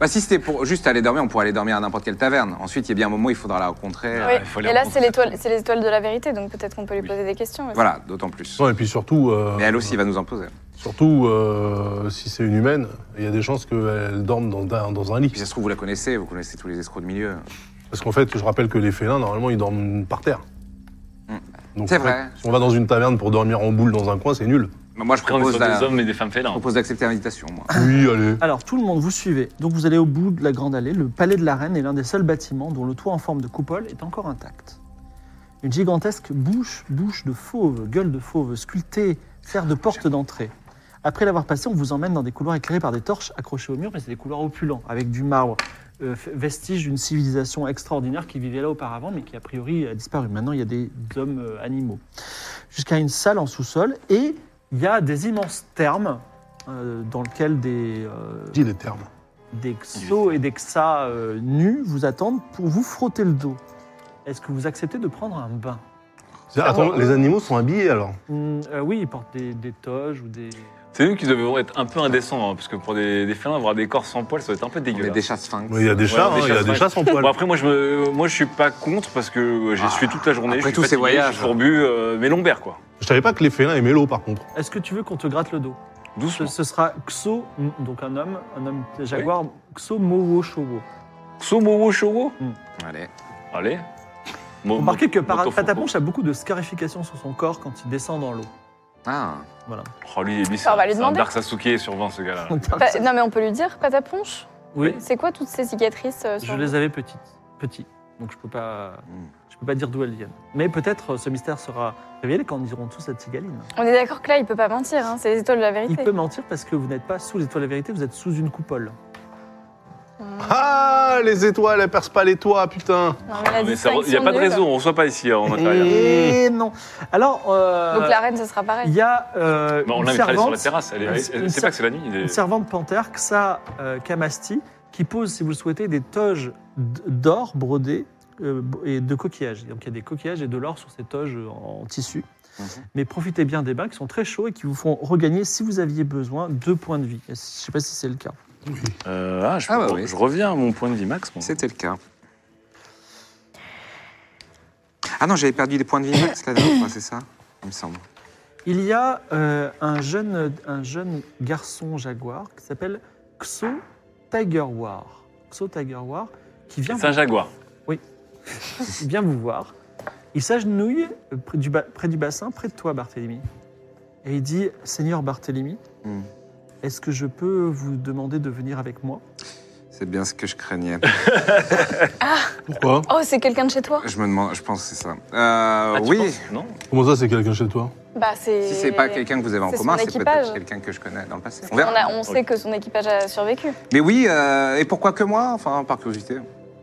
S5: Bah, si c'était pour juste aller dormir, on pourrait aller dormir à n'importe quelle taverne. Ensuite, il y a bien un moment où il faudra la rencontrer.
S3: Ah,
S4: Oui.
S3: il faut les
S4: Et là,
S3: rencontrer.
S4: c'est l'étoile, c'est les étoiles de la vérité, donc peut-être qu'on peut lui
S3: Oui.
S4: poser des questions. aussi.
S5: Voilà, d'autant plus.
S2: Non, et puis surtout, euh,
S5: Mais elle aussi va nous imposer.
S2: surtout euh, si c'est une humaine, il y a des chances qu'elle dorme dans, dans- dans un
S5: Et
S2: lit.
S5: puis ça se trouve, vous la connaissez, vous connaissez tous les escrocs du milieu.
S2: Parce qu'en fait, je rappelle que les félins, normalement, ils dorment par terre.
S5: Mm.
S2: Donc,
S5: C'est
S2: en fait,
S5: vrai.
S2: Si on va dans une taverne pour dormir en boule dans un coin, c'est nul.
S5: Bah, moi, je
S3: Après, on est
S5: propose,
S3: sur
S5: d'a-
S3: des hommes et des femmes
S5: je
S3: félins.
S5: propose d'accepter l'invitation, moi.
S2: Oui, allez.
S1: Alors, tout le monde, vous suivez. Donc, vous allez au bout de la grande allée. Le palais de la reine est l'un des seuls bâtiments dont le toit en forme de coupole est encore intact. Une gigantesque bouche, bouche de fauve, gueule de fauve, sculptée, sert de porte d'entrée. Après l'avoir passé, on vous emmène dans des couloirs éclairés par des torches accrochées au mur, mais c'est des couloirs opulents, avec du marbre, euh, f- vestige d'une civilisation extraordinaire qui vivait là auparavant, mais qui a priori a disparu. Maintenant, il y a des hommes euh, animaux. Jusqu'à une salle en sous-sol, et il y a des immenses thermes euh, dans lesquels des, euh,
S2: Dis les termes.
S1: des xos et des xas euh, nus vous attendent pour vous frotter le dos. Est-ce que vous acceptez de prendre un bain
S2: Attends, les animaux sont habillés alors
S1: Hmm, euh, Oui, ils portent des, des toges ou des...
S3: C'est nous qui devons être un peu indécents, hein, parce que pour des, des félins, avoir des corps sans poils, ça doit être un peu
S5: On est
S3: dégueulasse.
S5: des chats sphinx.
S2: Il y a des chats,
S3: Ouais,
S2: hein,
S3: des
S2: il y a
S3: chats,
S2: des
S3: ouais.
S2: chats sans poils.
S3: Bon, après, moi je, me, moi, je suis pas contre parce que j'y
S5: Ah,
S3: suis toute la journée.
S5: après
S3: je suis
S5: tous ces
S3: fatigué,
S5: voyages.
S3: Je suis fourbu, euh, mes lombaires, quoi.
S2: Je savais pas que les félins aimaient l'eau par contre.
S1: Est-ce que tu veux qu'on te gratte le dos ce,
S3: Doucement.
S1: ce sera Xo, m- donc un homme, un homme jaguar, Xo Mowo Showo.
S3: Somowo Shoro
S5: Allez.
S3: Allez. Mo-
S1: Remarquez que
S3: mo-
S1: Para-
S3: motofoko.
S1: Pataponche a beaucoup de scarifications sur son corps quand il descend dans l'eau.
S5: Ah.
S1: Voilà.
S3: Oh, lui, lui c'est
S4: on va
S3: un,
S4: lui
S3: c'est un
S4: demander.
S3: Dark Sasuke sur 20, ce gars-là.
S4: Pa- non, mais on peut lui dire, pataponche,
S1: Oui,
S4: c'est quoi toutes ces cicatrices euh,
S1: je
S4: sur
S1: les avais petites. Petit. Donc je peux pas,
S3: Hmm.
S5: Mm.
S1: je peux pas dire d'où elles viennent. Mais peut-être euh, ce mystère sera révélé quand nous irons tous à Tigaline.
S4: On est d'accord que là, il peut pas mentir, hein, c'est les étoiles de la
S1: Il
S4: vérité.
S1: peut mentir parce que vous n'êtes pas sous les étoiles de la vérité, vous êtes sous une coupole.
S2: Ah, les étoiles, elles percent pas les toits, putain.
S4: Non, mais la
S3: Non, Ah, mais ça re- Il n'y a
S4: distinction
S3: pas de
S4: nulle.
S3: raison, on ne reçoit pas ici hein, en intérieur.
S1: Et Eh non. Alors, euh,
S4: Donc la reine, ce sera
S1: il
S4: pareil.
S1: y a euh,
S3: Bah, on
S1: une
S3: l'invitera sur la
S1: servante,
S3: terrasse. Elle est-
S1: une-
S3: elle-
S1: une
S3: elle- C'est pas que c'est la nuit. il est-
S1: une servante panthère, Xa euh, Kamasti, qui pose, si vous le souhaitez, des toges d- d'or brodées euh, et de coquillages. Donc il y a des coquillages et de l'or sur ces toges euh, en tissu.
S5: Mhm.
S1: Mais profitez bien des bains qui sont très chauds et qui vous font regagner, si vous aviez besoin, deux points de vie. Je ne sais pas si c'est le cas.
S3: Euh, ah, je,
S5: Ah bah
S3: re-
S5: oui.
S3: je reviens à mon point de vie max. moi.
S5: C'était le cas. Ah non, j'avais perdu des points de vie max la dernière fois, c'est ça Il me semble.
S1: Il y a euh, un, jeune, un jeune garçon jaguar qui s'appelle Xo Tiger War. Xo Tiger War, qui vient,
S3: C'est un jaguar.
S1: qui vient vous voir. Il s'agenouille euh, près du, ba- près du bassin, près de toi, Barthélemy. Et il dit Seigneur Barthélemy,
S5: Hmm.
S1: est-ce que je peux vous demander de venir avec moi
S5: C'est bien ce que je craignais.
S2: Pourquoi
S4: Oh, c'est quelqu'un de chez toi
S5: Je me demande, je pense que c'est ça. Euh,
S3: Ah, tu
S5: oui.
S3: penses Non
S2: Comment ça, c'est quelqu'un chez toi
S4: Bah, c'est.
S5: Si c'est pas quelqu'un que vous avez en
S4: C'est son
S5: commun, c'est peut-être
S4: équipage.
S5: quelqu'un que je connais dans le passé.
S4: Parce
S5: On
S4: qu'on
S5: verra.
S4: a- on sait que son équipage a survécu.
S5: Mais oui, euh, et pourquoi que moi Enfin, par curiosité.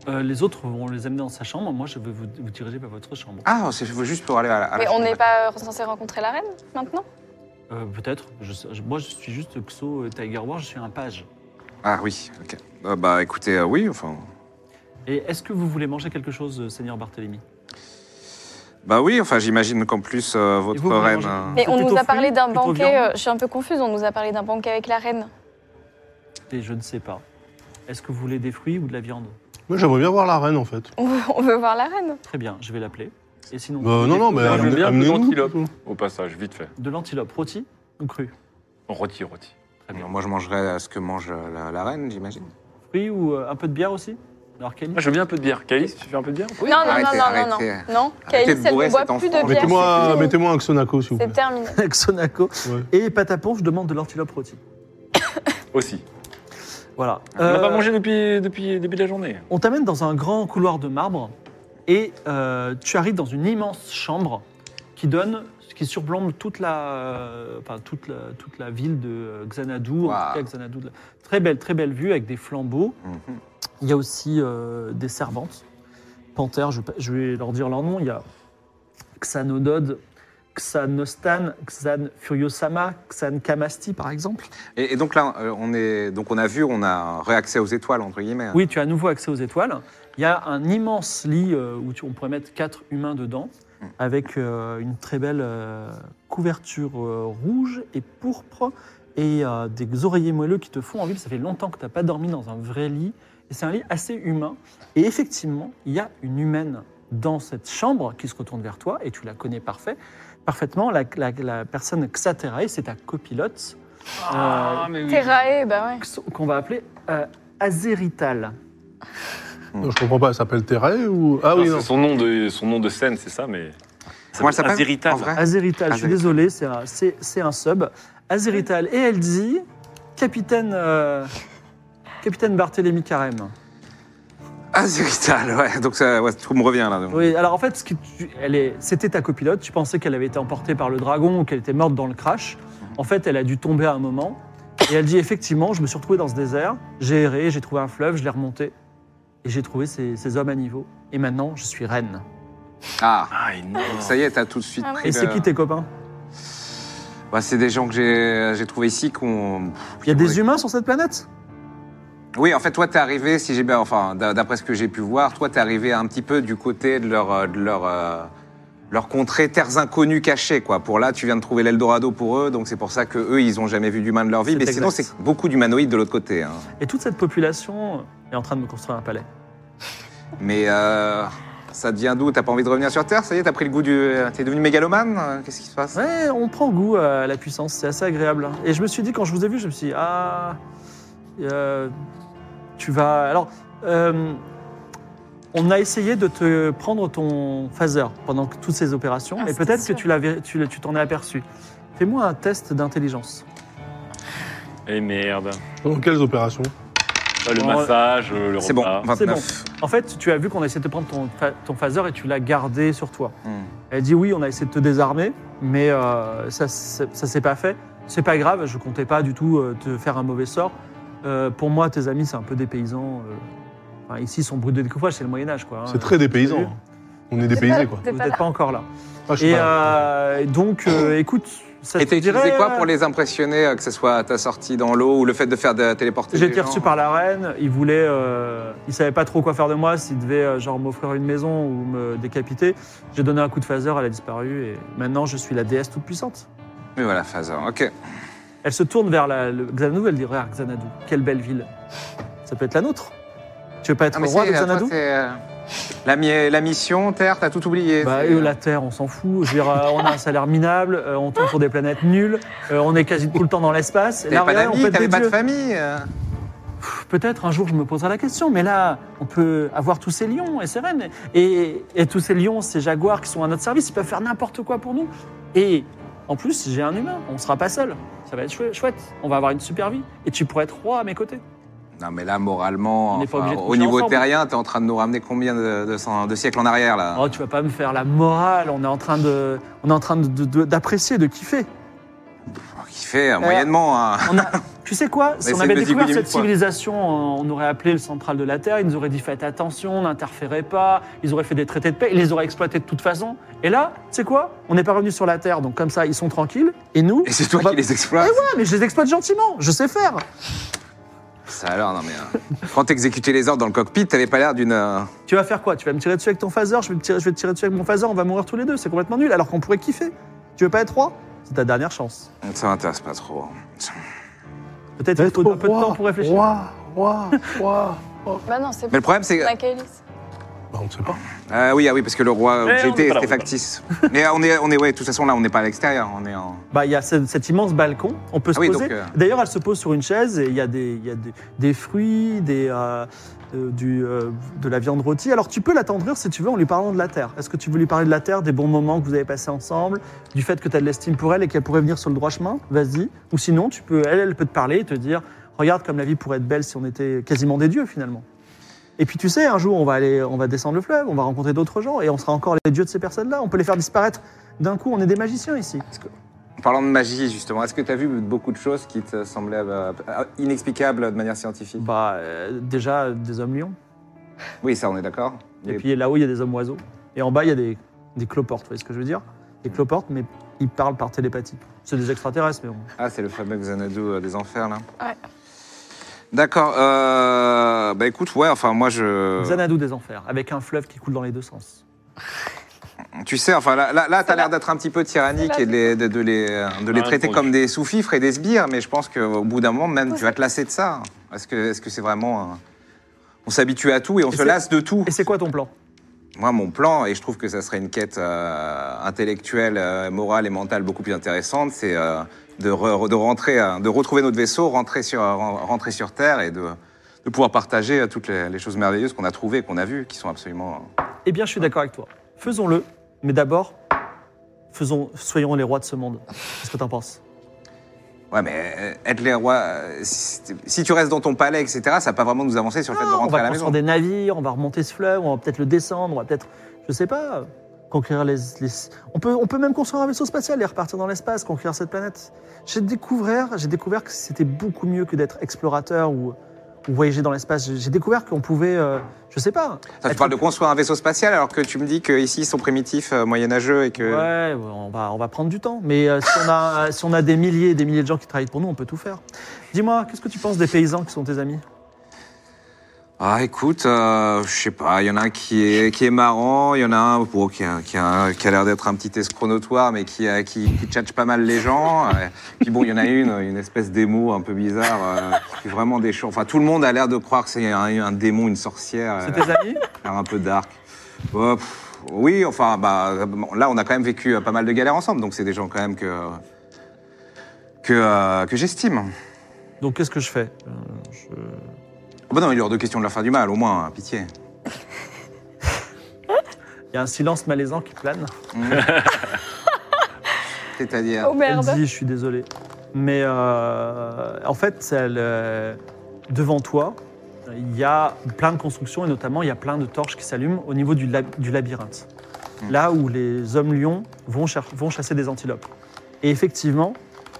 S1: Euh, Les autres vont les amener dans sa chambre. Moi, je vais vous, vous diriger vers votre chambre.
S5: Ah, c'est juste pour aller à la. à la
S4: Mais on
S5: chambre.
S4: n'est pas censé rencontrer la reine maintenant
S1: Euh, Peut-être. Je sais- je- moi, je suis juste Xo Tiger War, je suis un page.
S5: Ah oui, ok. Euh, bah écoutez, euh, oui, enfin.
S1: Et est-ce que vous voulez manger quelque chose, euh, Seigneur Barthélemy
S5: Bah oui, enfin, j'imagine qu'en plus, euh, votre
S1: vous, vous
S5: reine.
S1: mangez-
S5: euh,
S4: Et on
S1: Plutôt
S4: nous a
S1: fruits,
S4: parlé d'un
S1: plutôt
S4: banquet.
S1: viande.
S4: euh, je suis un peu confuse, on nous a parlé d'un banquet avec la reine.
S1: Et je ne sais pas. Est-ce que vous voulez des fruits ou de la viande
S2: Moi, j'aimerais bien voir la reine, en fait.
S4: On veut, on veut voir la reine.
S1: Très bien, je vais l'appeler. Et sinon,
S2: Bah, non, non, mais
S1: Euh,
S3: je veux
S2: amenez-
S3: bien que
S2: amenez-nous.
S3: l'antilope. Au passage, vite fait.
S1: de l'antilope rôti ou cru
S3: Rôti, rôti.
S1: Très bien.
S5: Moi, je mangerais ce que mange euh, la, la reine, j'imagine.
S1: Fruits ou euh, un peu de bière aussi Alors Kelly,
S3: Moi, je veux bien un peu de bière. Caïs, tu fais un peu de bière
S4: non, non,
S5: arrêtez,
S4: non, non,
S5: arrêtez.
S4: non, non.
S5: Arrêtez de
S4: Kaelis, elle
S5: bourrer
S4: ne boit
S5: cet
S4: plus
S5: enfant.
S4: de bière.
S2: Mettez-moi
S4: c'est fini.
S2: mettez un Xonaco, s'il vous
S4: C'est
S2: plaît.
S4: terminé.
S1: avec Sonaco
S2: Ouais.
S1: et Patapon, je demande de l'antilope rôti.
S3: Aussi.
S1: Voilà.
S3: On n'a
S1: Euh,
S3: pas mangé depuis, depuis le début de la journée.
S1: On t'amène dans un grand couloir de marbre et euh, tu arrives dans une immense chambre qui donne, qui surplombe toute la, euh, enfin, toute la, toute la ville de euh, Xanadu. en tout
S5: Waouh.
S1: cas, Xanadu de la- Très belle, très belle vue avec des flambeaux.
S5: Mhm.
S1: Il y a aussi euh, des servantes. Panthères, je, je vais leur dire leur nom. Il y a Xanodod, Xanostan, Xan Furiosama, Xan Kamasti par exemple.
S5: Et, et donc là, euh, on est, donc on a vu, on a réaccès aux étoiles entre guillemets.
S1: Ah. Oui, tu as à nouveau accès aux étoiles. Il y a un immense lit euh, où tu- on pourrait mettre quatre humains dedans,
S5: Mm.
S1: avec euh, une très belle euh, couverture euh, rouge et pourpre, et euh, des oreillers moelleux qui te font envie. Ça fait longtemps que tu n'as pas dormi dans un vrai lit, et c'est un lit assez humain. Et effectivement, il y a une humaine dans cette chambre qui se retourne vers toi, et tu la connais parfait, parfaitement. La, la- la personne Xaterae, c'est ta copilote. euh,
S3: mais
S4: Terrae, bah ouais.
S1: qu'on va appeler euh, Azerital.
S2: Non, je comprends pas, elle s'appelle Terrae ou. Ah oui, non.
S3: C'est son nom de, son nom de scène, c'est ça, mais.
S5: Comment elle s'appelle
S3: Azerital.
S5: En vrai
S1: Azerital, je suis
S5: Ah. Azerital.
S1: désolé, c'est un, c'est- c'est un sub. Azerital, et elle dit Capitaine, euh, Capitaine Barthélemy Carême.
S5: Ah, c'est vital, ouais. Donc ça, ouais, tout me revient là. donc.
S1: Oui, alors en fait, ce qui- tu- elle est- c'était ta copilote, tu pensais qu'elle avait été emportée par le dragon ou qu'elle était morte dans le crash. En fait, elle a dû tomber à un moment. Et elle dit Effectivement, je me suis retrouvé dans ce désert, j'ai erré, j'ai trouvé un fleuve, je l'ai remonté. Et j'ai trouvé ces, ces hommes à niveau. Et maintenant, je suis reine.
S5: Ah,
S3: Ah, énorme.
S5: ça y est, t'as tout de suite
S4: Ah oui.
S5: pris.
S1: Et c'est
S5: le-
S1: qui tes copains
S5: Bah, c'est des gens que j'ai, j'ai trouvé ici qu'on.
S1: Il y a des humains sur cette planète
S5: Oui, en fait, toi, t'es arrivé, si j'ai bien, enfin, d'a- d'après ce que j'ai pu voir, toi, t'es arrivé un petit peu du côté de leur, euh, de leur, euh, leur contrée terres inconnues cachées, quoi. Pour là, tu viens de trouver l'Eldorado pour eux, donc c'est pour ça que eux, ils ont jamais vu d'humains de leur vie.
S1: C'est
S5: Mais sinon,
S1: exact.
S5: c'est beaucoup d'humanoïdes de l'autre côté. hein.
S1: Et toute cette population est en train de me construire un palais.
S5: Mais euh, ça devient d'où T'as pas envie de revenir sur Terre Ça y est, t'as pris le goût du. euh, T'es devenu mégalomane euh, Qu'est-ce qui se passe
S1: Ouais, on prend goût à la puissance, c'est assez agréable. Et je me suis dit, quand je vous ai vu, je me suis dit, ah, euh, tu vas. Alors, euh, on a essayé de te prendre ton phaser pendant que- toutes ces opérations,
S4: Ah,
S1: mais
S4: c'était
S1: peut-être que
S4: sûr.
S1: tu l'avais- tu l'as- tu t'en es aperçu. Fais-moi un test d'intelligence.
S3: Et Eh, merde.
S2: Dans quelles opérations
S3: Euh, Le
S1: Bon,
S3: massage, euh, le repas.
S5: C'est bon, 29.
S1: En fait, tu as vu qu'on a essayé de te prendre ton, pha- ton phaser et tu l'as gardé sur toi.
S5: Hmm.
S1: Elle dit oui, on a essayé de te désarmer, mais euh, ça, ça, ça s'est pas fait. C'est pas grave, je comptais pas du tout euh, te faire un mauvais sort. Euh, pour moi, tes amis, c'est un peu des paysans. euh. Enfin, ici, ils sont bruts de découpage, c'est le Moyen Âge, quoi. hein.
S2: C'est très dépaysant.
S1: salut.
S2: On est
S4: T'es pas-
S2: dépaysés, quoi.
S4: t'es
S1: Vous
S4: pas
S1: n'êtes
S4: là.
S1: pas encore là.
S2: Ah, je sais
S1: Et
S2: pas.
S1: euh, donc, euh, écoute, ça
S5: Et
S1: te
S5: t'as utilisé
S1: dirait,
S5: quoi pour les impressionner, euh, que ce soit ta sortie dans l'eau ou le fait de faire de téléporter
S1: J'ai
S5: des
S1: été
S5: gens
S1: reçu par la reine, il voulait, euh, il savait pas trop quoi faire de moi, s'il devait euh, genre m'offrir une maison ou me décapiter. J'ai donné un coup de phaser, elle a disparu et maintenant je suis la déesse toute puissante.
S5: Mais voilà, Phaser, ok.
S1: Elle se tourne vers la, le Xanadu, elle dit Regarde Xanadu, quelle belle ville. Ça peut être la nôtre. Tu veux pas être
S5: Ah, mais
S1: roi
S5: c'est-
S1: de
S5: toi,
S1: Xanadu
S5: t'es, euh, la, mi- la mission, Terre, t'as tout oublié.
S1: Bah,
S5: c'est- euh,
S1: eux, la Terre, on s'en fout. Je veux dire, euh, on a un salaire minable, euh, on tourne sur des planètes nulles, euh, on est quasi tout le temps dans l'espace. Et
S5: T'avais
S1: là,
S5: pas
S1: regarde, on peut
S5: d'amis,
S1: être
S5: t'avais
S1: des
S5: pas de
S1: dieux.
S5: famille. euh.
S1: Peut-être un jour je me poserai la question, mais là, on peut avoir tous ces lions et ces rennes. Et, et tous ces lions, ces jaguars qui sont à notre service, ils peuvent faire n'importe quoi pour nous. Et en plus, j'ai un humain, on sera pas seul. Ça va être chou- chouette, on va avoir une super vie. Et tu pourrais être roi à mes côtés.
S5: Non, mais là, moralement,
S1: On n'est pas
S5: enfin,
S1: obligé de
S5: au
S1: coucher
S5: niveau
S1: ensemble.
S5: terrien, t'es en train de nous ramener combien de, de cent- de siècles en arrière, là
S1: Oh, tu vas pas me faire la morale, on est en train de, on est en train de- de- de- d'apprécier, de, kiffer.
S5: Oh, Qui fait euh, moyennement. hein.
S1: On a- tu sais quoi Si
S5: Mais
S1: on
S5: c'est
S1: avait
S5: une musique
S1: découvert
S5: mille
S1: cette
S5: fois.
S1: civilisation, euh, on aurait appelé le central de la Terre, ils nous auraient dit faites attention, n'interférez pas, ils auraient fait des traités de paix, ils les auraient exploités de toute façon. Et là, tu sais quoi On n'est pas revenu sur la Terre, donc comme ça, ils sont tranquilles. Et nous
S5: Et c'est toi
S1: on va-
S5: qui les exploites
S1: Ah, mais je les exploite gentiment, je sais faire.
S5: Ça alors, non mais. euh, quand t'exécutais les ordres dans le cockpit, t'avais pas l'air d'une. euh,
S1: Tu vas faire quoi Tu vas me tirer dessus avec ton phaser, je vais, me tirer, je vais te tirer dessus avec mon phaser, on va mourir tous les deux, c'est complètement nul, alors qu'on pourrait kiffer. Tu veux pas être roi C'est ta dernière chance.
S5: Ça m'intéresse pas trop.
S1: Peut-être il
S2: Être
S1: faut un peu de
S2: roi,
S1: temps pour réfléchir.
S2: Roi, roi, roi.
S4: Bah non, c'est
S5: Mais
S4: bon.
S5: le problème, c'est. que-
S4: On a Kailis.
S2: Bah, on ne sait pas.
S5: Ah oui, ah oui, parce que le roi
S3: Eh, on
S5: GT,
S3: est pas là,
S5: c'était
S3: on est pas là.
S5: factice. mais euh, on est, on est, ouais, de toute façon, là, on n'est pas à l'extérieur, on est en.
S1: Bah, il y a ce- cet immense balcon, on peut se
S5: Ah oui,
S1: poser.
S5: donc, euh,
S1: D'ailleurs, elle se pose sur une chaise et il y a des, il y a des, des fruits, des, euh, euh, du, euh, de la viande rôtie. Alors, tu peux l'attendrir si tu veux en lui parlant de la Terre. Est-ce que tu veux lui parler de la Terre, des bons moments que vous avez passés ensemble, du fait que tu as de l'estime pour elle et qu'elle pourrait venir sur le droit chemin Vas-y. Ou sinon, tu peux, elle, elle peut te parler et te dire Regarde comme la vie pourrait être belle si on était quasiment des dieux finalement. Et puis tu sais, un jour on va aller, on va descendre le fleuve, on va rencontrer d'autres gens et on sera encore les dieux de ces personnes-là. On peut les faire disparaître. D'un coup, on est des magiciens ici.
S5: En parlant de magie, justement, est-ce que tu as vu beaucoup de choses qui te semblaient euh, inexplicables de manière scientifique
S1: Bah, euh, déjà euh, des hommes lions.
S5: Oui, ça, on est d'accord.
S1: Et
S5: Et-
S1: puis là-haut, il y a des hommes oiseaux. Et en bas, il y a des, des cloportes, vous voyez ce que je veux dire Des cloportes, mais ils parlent par télépathie. C'est des extraterrestres, mais bon.
S5: Ah, c'est le fameux Xanadu euh, des enfers, là.
S4: Ouais.
S5: D'accord. euh, Bah écoute, ouais, enfin, moi, je.
S1: Xanadu des enfers, avec un fleuve qui coule dans les deux sens.
S5: Tu sais, enfin, là, là, là, t'as
S4: C'est
S5: l'air d'être un petit peu tyrannique
S4: C'est
S5: et de
S4: là,
S5: les, de, de les, euh, de les
S3: Ah,
S5: traiter
S3: bon,
S5: comme
S3: je-
S5: des sous-fifres et des sbires, mais je pense qu'au bout d'un moment, même, tu vas te lasser de ça. Est-ce que est-ce que c'est vraiment. un- On s'habitue à tout et on
S1: Et
S5: se
S1: c'est-
S5: lasse de tout.
S1: Et c'est quoi ton plan
S5: Moi, mon plan, et je trouve que ça serait une quête euh, intellectuelle, euh, morale et mentale beaucoup plus intéressante, c'est euh, de, re- de rentrer, euh, de retrouver notre vaisseau, rentrer sur, euh, ren- rentrer sur Terre et de, de pouvoir partager euh, toutes les, les choses merveilleuses qu'on a trouvées, qu'on a vues, qui sont absolument.
S1: Eh bien, je suis d'accord avec toi. Faisons-le, mais d'abord, faisons, soyons les rois de ce monde. Qu'est-ce que t'en penses
S5: Ouais, mais euh, être les rois, euh, si, si tu restes dans ton palais, etc., ça va pas vraiment nous avancer sur le fait de
S1: Ah, On
S5: rentrer à
S1: va
S5: la
S1: construire des
S5: maison.
S1: navires, on va remonter ce fleuve, on va peut-être le descendre, on va peut-être, je sais pas, conquérir les. les- On, peut, on peut même construire un vaisseau spatial et repartir dans l'espace, conquérir cette planète. J'ai découvert, j'ai découvert que c'était beaucoup mieux que d'être explorateur ou, ou voyager dans l'espace. J'ai- J'ai découvert qu'on pouvait, euh, je sais pas.
S5: Ça, tu
S1: être-
S5: parles de construire un vaisseau spatial alors que tu me dis qu'ici ils sont primitifs, euh, moyenâgeux et que.
S1: Ouais, ouais, on va, on va prendre du temps. Mais euh, si, on a, si on a des milliers et des milliers de gens qui travaillent pour nous, on peut tout faire. Dis-moi, qu'est-ce que tu penses des paysans qui sont tes amis
S5: Ah, écoute, euh, je sais pas, il y en a un qui est, qui est marrant, il y en a un bon, qui a, qui a, qui a l'air d'être un petit escroc notoire, mais qui, euh, qui, qui tchatche pas mal les gens. euh, Puis bon, il y en a une, une espèce d'émo un peu bizarre, euh, qui est vraiment des choses. Enfin, tout le monde a l'air de croire que c'est un, un démon, une sorcière.
S1: C'est
S5: euh,
S1: tes amis
S5: Faire un peu dark. Bah, pff, oui, enfin, bah, bon, là, on a quand même vécu euh, pas mal de galères ensemble, donc c'est des gens quand même que que, euh, que j'estime.
S1: Donc qu'est-ce que je fais Euh, je-
S5: Ah Bah non, il est hors de question de leur faire du mal, au moins, hein, pitié.
S1: Il y a un silence malaisant qui plane.
S5: C'est-à-dire.
S4: Oh merde.
S1: Elle dit, je suis désolé. Mais euh, en fait, elle, euh, devant toi, il y a plein de constructions et notamment il y a plein de torches qui s'allument au niveau du, lab- du labyrinthe,
S5: Hmm.
S1: là où les hommes lions vont, cher- vont chasser des antilopes. Et effectivement,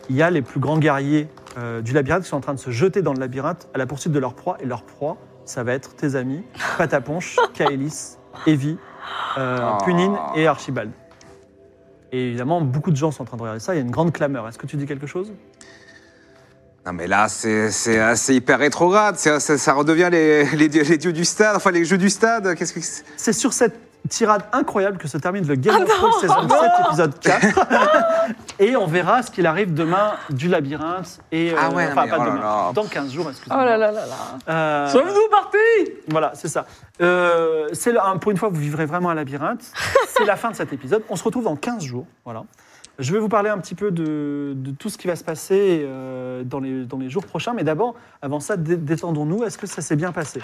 S1: il y a les plus grands guerriers euh, du labyrinthe qui sont en train de se jeter dans le labyrinthe à la poursuite de leur proie et leur proie, ça va être tes amis Pataponche, Kaelis, Evie, euh,
S5: Ah.
S1: Punine et Archibald. Et évidemment, beaucoup de gens sont en train de regarder ça. Il y a une grande clameur. Est-ce que tu dis quelque chose
S5: Non mais là, c'est c'est- euh, c'est hyper rétrograde, c'est- ça, ça redevient les, les, dieux- les dieux du stade, enfin les jeux du stade, qu'est-ce que c'est
S1: C'est sur cette tirade incroyable que se termine le
S4: Ah
S1: Game of Thrones saison 7, épisode 4. et on verra ce qu'il arrive demain du labyrinthe. Et, euh,
S5: Ah ouais, non,
S1: enfin,
S5: mais
S1: pas
S5: oh là
S1: demain,
S5: là.
S1: dans 15 jours, excusez-moi.
S4: Oh là là là là.
S1: Euh, Voilà, c'est ça. Euh, c'est le- un- pour une fois, vous vivrez vraiment un labyrinthe. C'est la fin de cet épisode. On se retrouve dans 15 jours. Voilà. Je vais vous parler un petit peu de, de tout ce qui va se passer euh, dans, les, dans les jours prochains. Mais d'abord, avant ça, dé- détendons-nous. Est-ce que ça s'est bien passé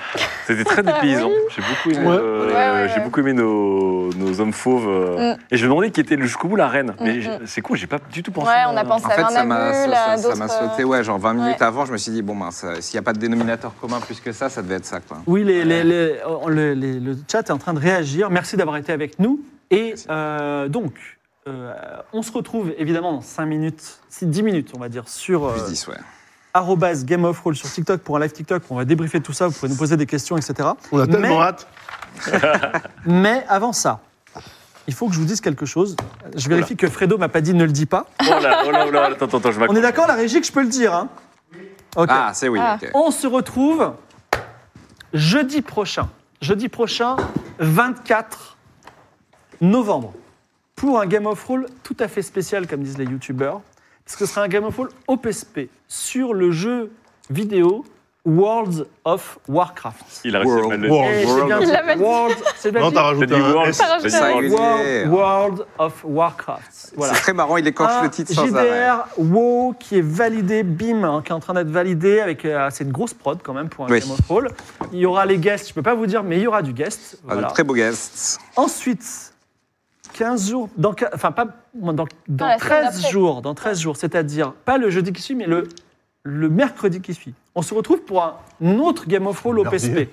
S3: C'était très dépaysant. J'ai beaucoup aimé,
S2: Ouais.
S3: euh,
S4: Ah Ouais, ouais,
S3: j'ai
S4: ouais.
S3: beaucoup aimé nos, nos hommes fauves. euh,
S4: Mm.
S3: Et je me demandais qui était le- jusqu'au bout la reine. Mais
S4: Mm,
S3: je- c'est cool, j'ai pas du tout pensé.
S4: Ouais,
S3: à-
S4: on a pensé
S5: En
S4: à
S5: fait, ça
S4: Vernabu,
S5: m'a ça-
S4: à
S5: ça- ça
S4: euh, d'autres...
S5: m'a sauté, ouais, genre 20 minutes
S4: ouais.
S5: avant, je me suis dit, bon ben, ça- s'il n'y a pas de dénominateur commun plus que ça, ça devait être ça, quoi.
S1: Oui, les- les- les- on- le- les- le chat est en train de réagir. Merci d'avoir été avec nous. Et euh, donc, euh, on se retrouve évidemment dans 5 minutes, 10 minutes, on va dire, sur,
S5: Plus
S1: euh,
S5: 10, ouais.
S1: arrobase Game of Roll sur TikTok pour un live TikTok. On va débriefer tout ça. Vous pouvez nous poser des questions, etc.
S2: On a tellement
S1: Mais-
S2: hâte.
S1: Mais avant ça, il faut que je vous dise quelque chose. Je vérifie que Fredo m'a pas dit ne le dis pas.
S3: Oh là, oh là, oh là, attends, attends, attends, je
S1: On est
S3: m'accroche.
S1: d'accord, la régie, que je peux le dire. Hein Ok.
S5: Ah, c'est oui,
S4: Ah.
S5: ok.
S1: On se retrouve jeudi prochain. Jeudi prochain, 24 novembre. Pour un Game of Roll tout à fait spécial, comme disent les youtubeurs. Parce que ce sera un Game of Roll OPSP sur le jeu vidéo World of Warcraft.
S3: Il a réussi à me le
S2: World.
S1: Eh, c'est bien
S4: Il
S1: dit.
S4: l'a mal dit.
S1: World, c'est bien
S2: Non,
S1: dit.
S2: t'as
S3: J'ai dit
S2: rajouté un
S3: World.
S2: S.
S4: Ça
S3: j'ai dit
S5: rajoute
S3: World.
S1: World,
S5: un-
S1: World of Warcraft. Voilà.
S5: C'est très marrant, il écorche
S1: Un
S5: le titre sans arrêt.
S1: JDR WoW qui est validé, BIM, hein, qui est en train d'être validé avec euh, c'est une grosse prod quand même pour un
S5: Oui.
S1: Game of Thrones. Il y aura les guests, je peux pas vous dire, mais il y aura du guest.
S5: Ah, de
S1: voilà.
S5: très beau guest.
S1: Ensuite, 15 jours, dans, quin- enfin pas dans, dans
S4: Ah, la semaine
S1: 13
S4: d'après.
S1: jours, dans 13 jours, c'est-à-dire pas le jeudi qui suit, mais le, le mercredi qui suit. On se retrouve pour un autre Game of Thrones
S2: Mercredi.
S1: OPSP,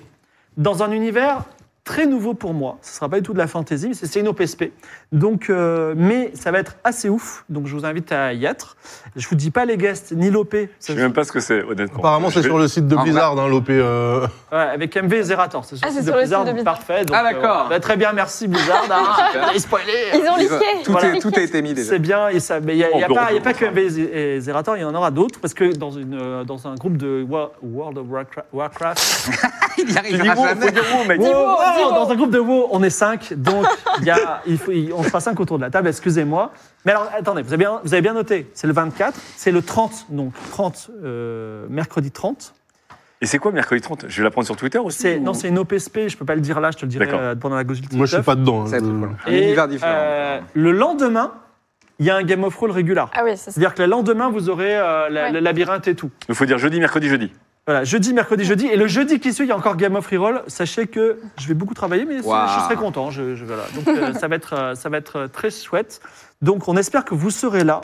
S1: dans un univers très nouveau pour moi. Ce sera pas du tout de la fantasy, mais c'est c'est une OPSP. Donc, euh, mais ça va être assez ouf, donc je vous invite à y être. Je vous dis pas les guests, ni l'OP.
S3: Je
S1: ça-
S3: sais même pas ce que c'est, honnêtement.
S2: Apparemment, c'est
S3: Je vais-
S2: sur le site de
S5: Ah, on a-
S2: Blizzard, hein, l'OP. euh,
S1: Ouais, avec MV Zerator, c'est sur,
S4: Ah,
S1: le
S4: c'est
S1: site
S4: sur
S1: de
S4: le site
S1: Blizzard,
S4: de Blizzard.
S1: parfait. donc,
S5: Ah, d'accord.
S1: euh, bah, très bien, merci Blizzard. Ah, vous avez spoilé.
S4: Ils ont lisqué.
S5: Tout,
S1: Voilà.
S5: est- tout a été mis déjà.
S1: C'est bien, et ça, mais il n'y a,
S3: On
S1: il y a
S3: peut-
S1: pas,
S3: on
S1: il y a
S3: peut
S1: pas que
S3: faire.
S1: MV et Zerator, il y en aura d'autres, parce que dans, une, euh, dans un groupe de Wa- World of Warcraft, Warcraft-
S5: Il n'y
S3: Tu dis
S5: arrivera
S3: wow, faut
S5: jamais.
S3: dire wow, mec.
S1: Wow, wow,
S4: dis-moi.
S1: dans un groupe de WoW, on est 5, donc il y a, il faut, il- on sera 5 autour de la table, excusez-moi. Mais alors, attendez, vous avez bien, vous avez bien noté, c'est le 24, c'est le 30, donc 30, euh, mercredi 30.
S3: Et c'est quoi mercredi 30 Je vais la prendre sur Twitter aussi
S1: C'est-
S3: ou-
S1: Non, c'est une OPSP, je ne peux pas le dire là, je te le dirai
S3: D'accord.
S1: euh, pendant la gauche
S2: Moi, je suis pas dedans. hein,
S5: Ça va être
S2: je-
S5: cool. Un
S1: Et,
S5: univers différent.
S1: euh, le lendemain, il y a un Game of Roll régular.
S4: Ah oui, c'est ça.
S1: C'est-à-dire que le lendemain, vous aurez euh, la-
S4: Ouais.
S1: le labyrinthe et tout.
S3: Il faut dire jeudi, mercredi, jeudi.
S1: Voilà, jeudi, mercredi, jeudi. Et le jeudi qui suit, il y a encore Game of Reroll. Sachez que je vais beaucoup travailler, mais
S5: Waouh.
S1: je serai content. Je, je- voilà. Donc, euh, ça, va être, euh, ça va être euh, très chouette. Donc, on espère que vous serez là.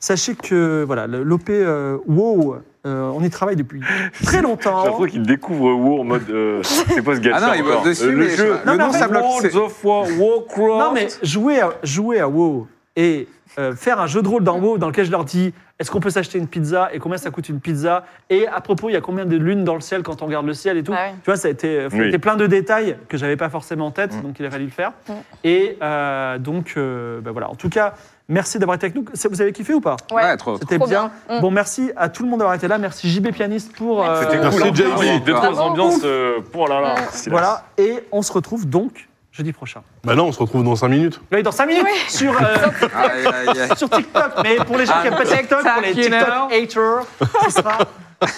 S1: Sachez que voilà, le- l'OP euh, WoW, euh, on y travaille depuis très
S3: J'ai
S1: longtemps.
S3: l'impression qu'il découvre WoW en mode. euh, c'est pas ce gars
S5: Ah non, il bosse dessus,
S3: Euh, le
S5: mais
S3: jeu.
S5: je- Non,
S1: mais
S3: le nom,
S1: après-
S3: ça bloque.
S5: World
S3: of Warcraft.
S1: Non, mais jouer à, jouer à WoW et euh, faire un jeu de rôle dans WoW dans lequel je leur dis est-ce qu'on peut s'acheter une pizza et combien ça coûte une pizza et à propos, il y a combien de lunes dans le ciel quand on regarde le ciel et tout.
S4: Ah ouais.
S1: Tu vois, ça a été euh, ça a
S3: Oui.
S1: été plein de détails que j'avais pas forcément en tête,
S5: Mm.
S1: donc il a fallu le faire.
S4: Mm.
S1: Et euh, donc, euh, bah voilà. En tout cas, merci d'avoir été avec nous. Ça- Vous avez kiffé ou pas
S4: Ouais.
S5: Ouais, trop.
S1: C'était
S4: Trop
S1: bien.
S4: bien. Mm.
S1: Bon, merci à tout le monde d'avoir été là. Merci JB Pianiste pour.
S4: Merci.
S3: C'était
S2: Merci,
S3: cool. hein.
S2: JB.
S3: Il y a eu deux, trois
S4: Bravo.
S3: ambiances. euh, Pour là là.
S4: Ouais.
S3: stylé.
S1: Voilà. Et on se retrouve donc jeudi prochain.
S2: Bah non, on se retrouve dans 5 minutes.
S1: Oui, Dans 5 minutes sur. euh,
S5: Aïe, aïe, aïe.
S1: sur TikTok, mais pour les gens qui n'aiment pas TikTok, pour les TikTok haters, ce sera.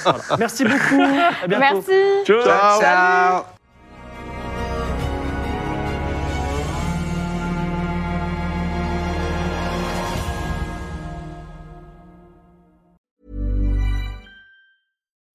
S1: voilà. Merci beaucoup, à bientôt.
S4: Merci.
S3: Ciao.
S5: Ciao.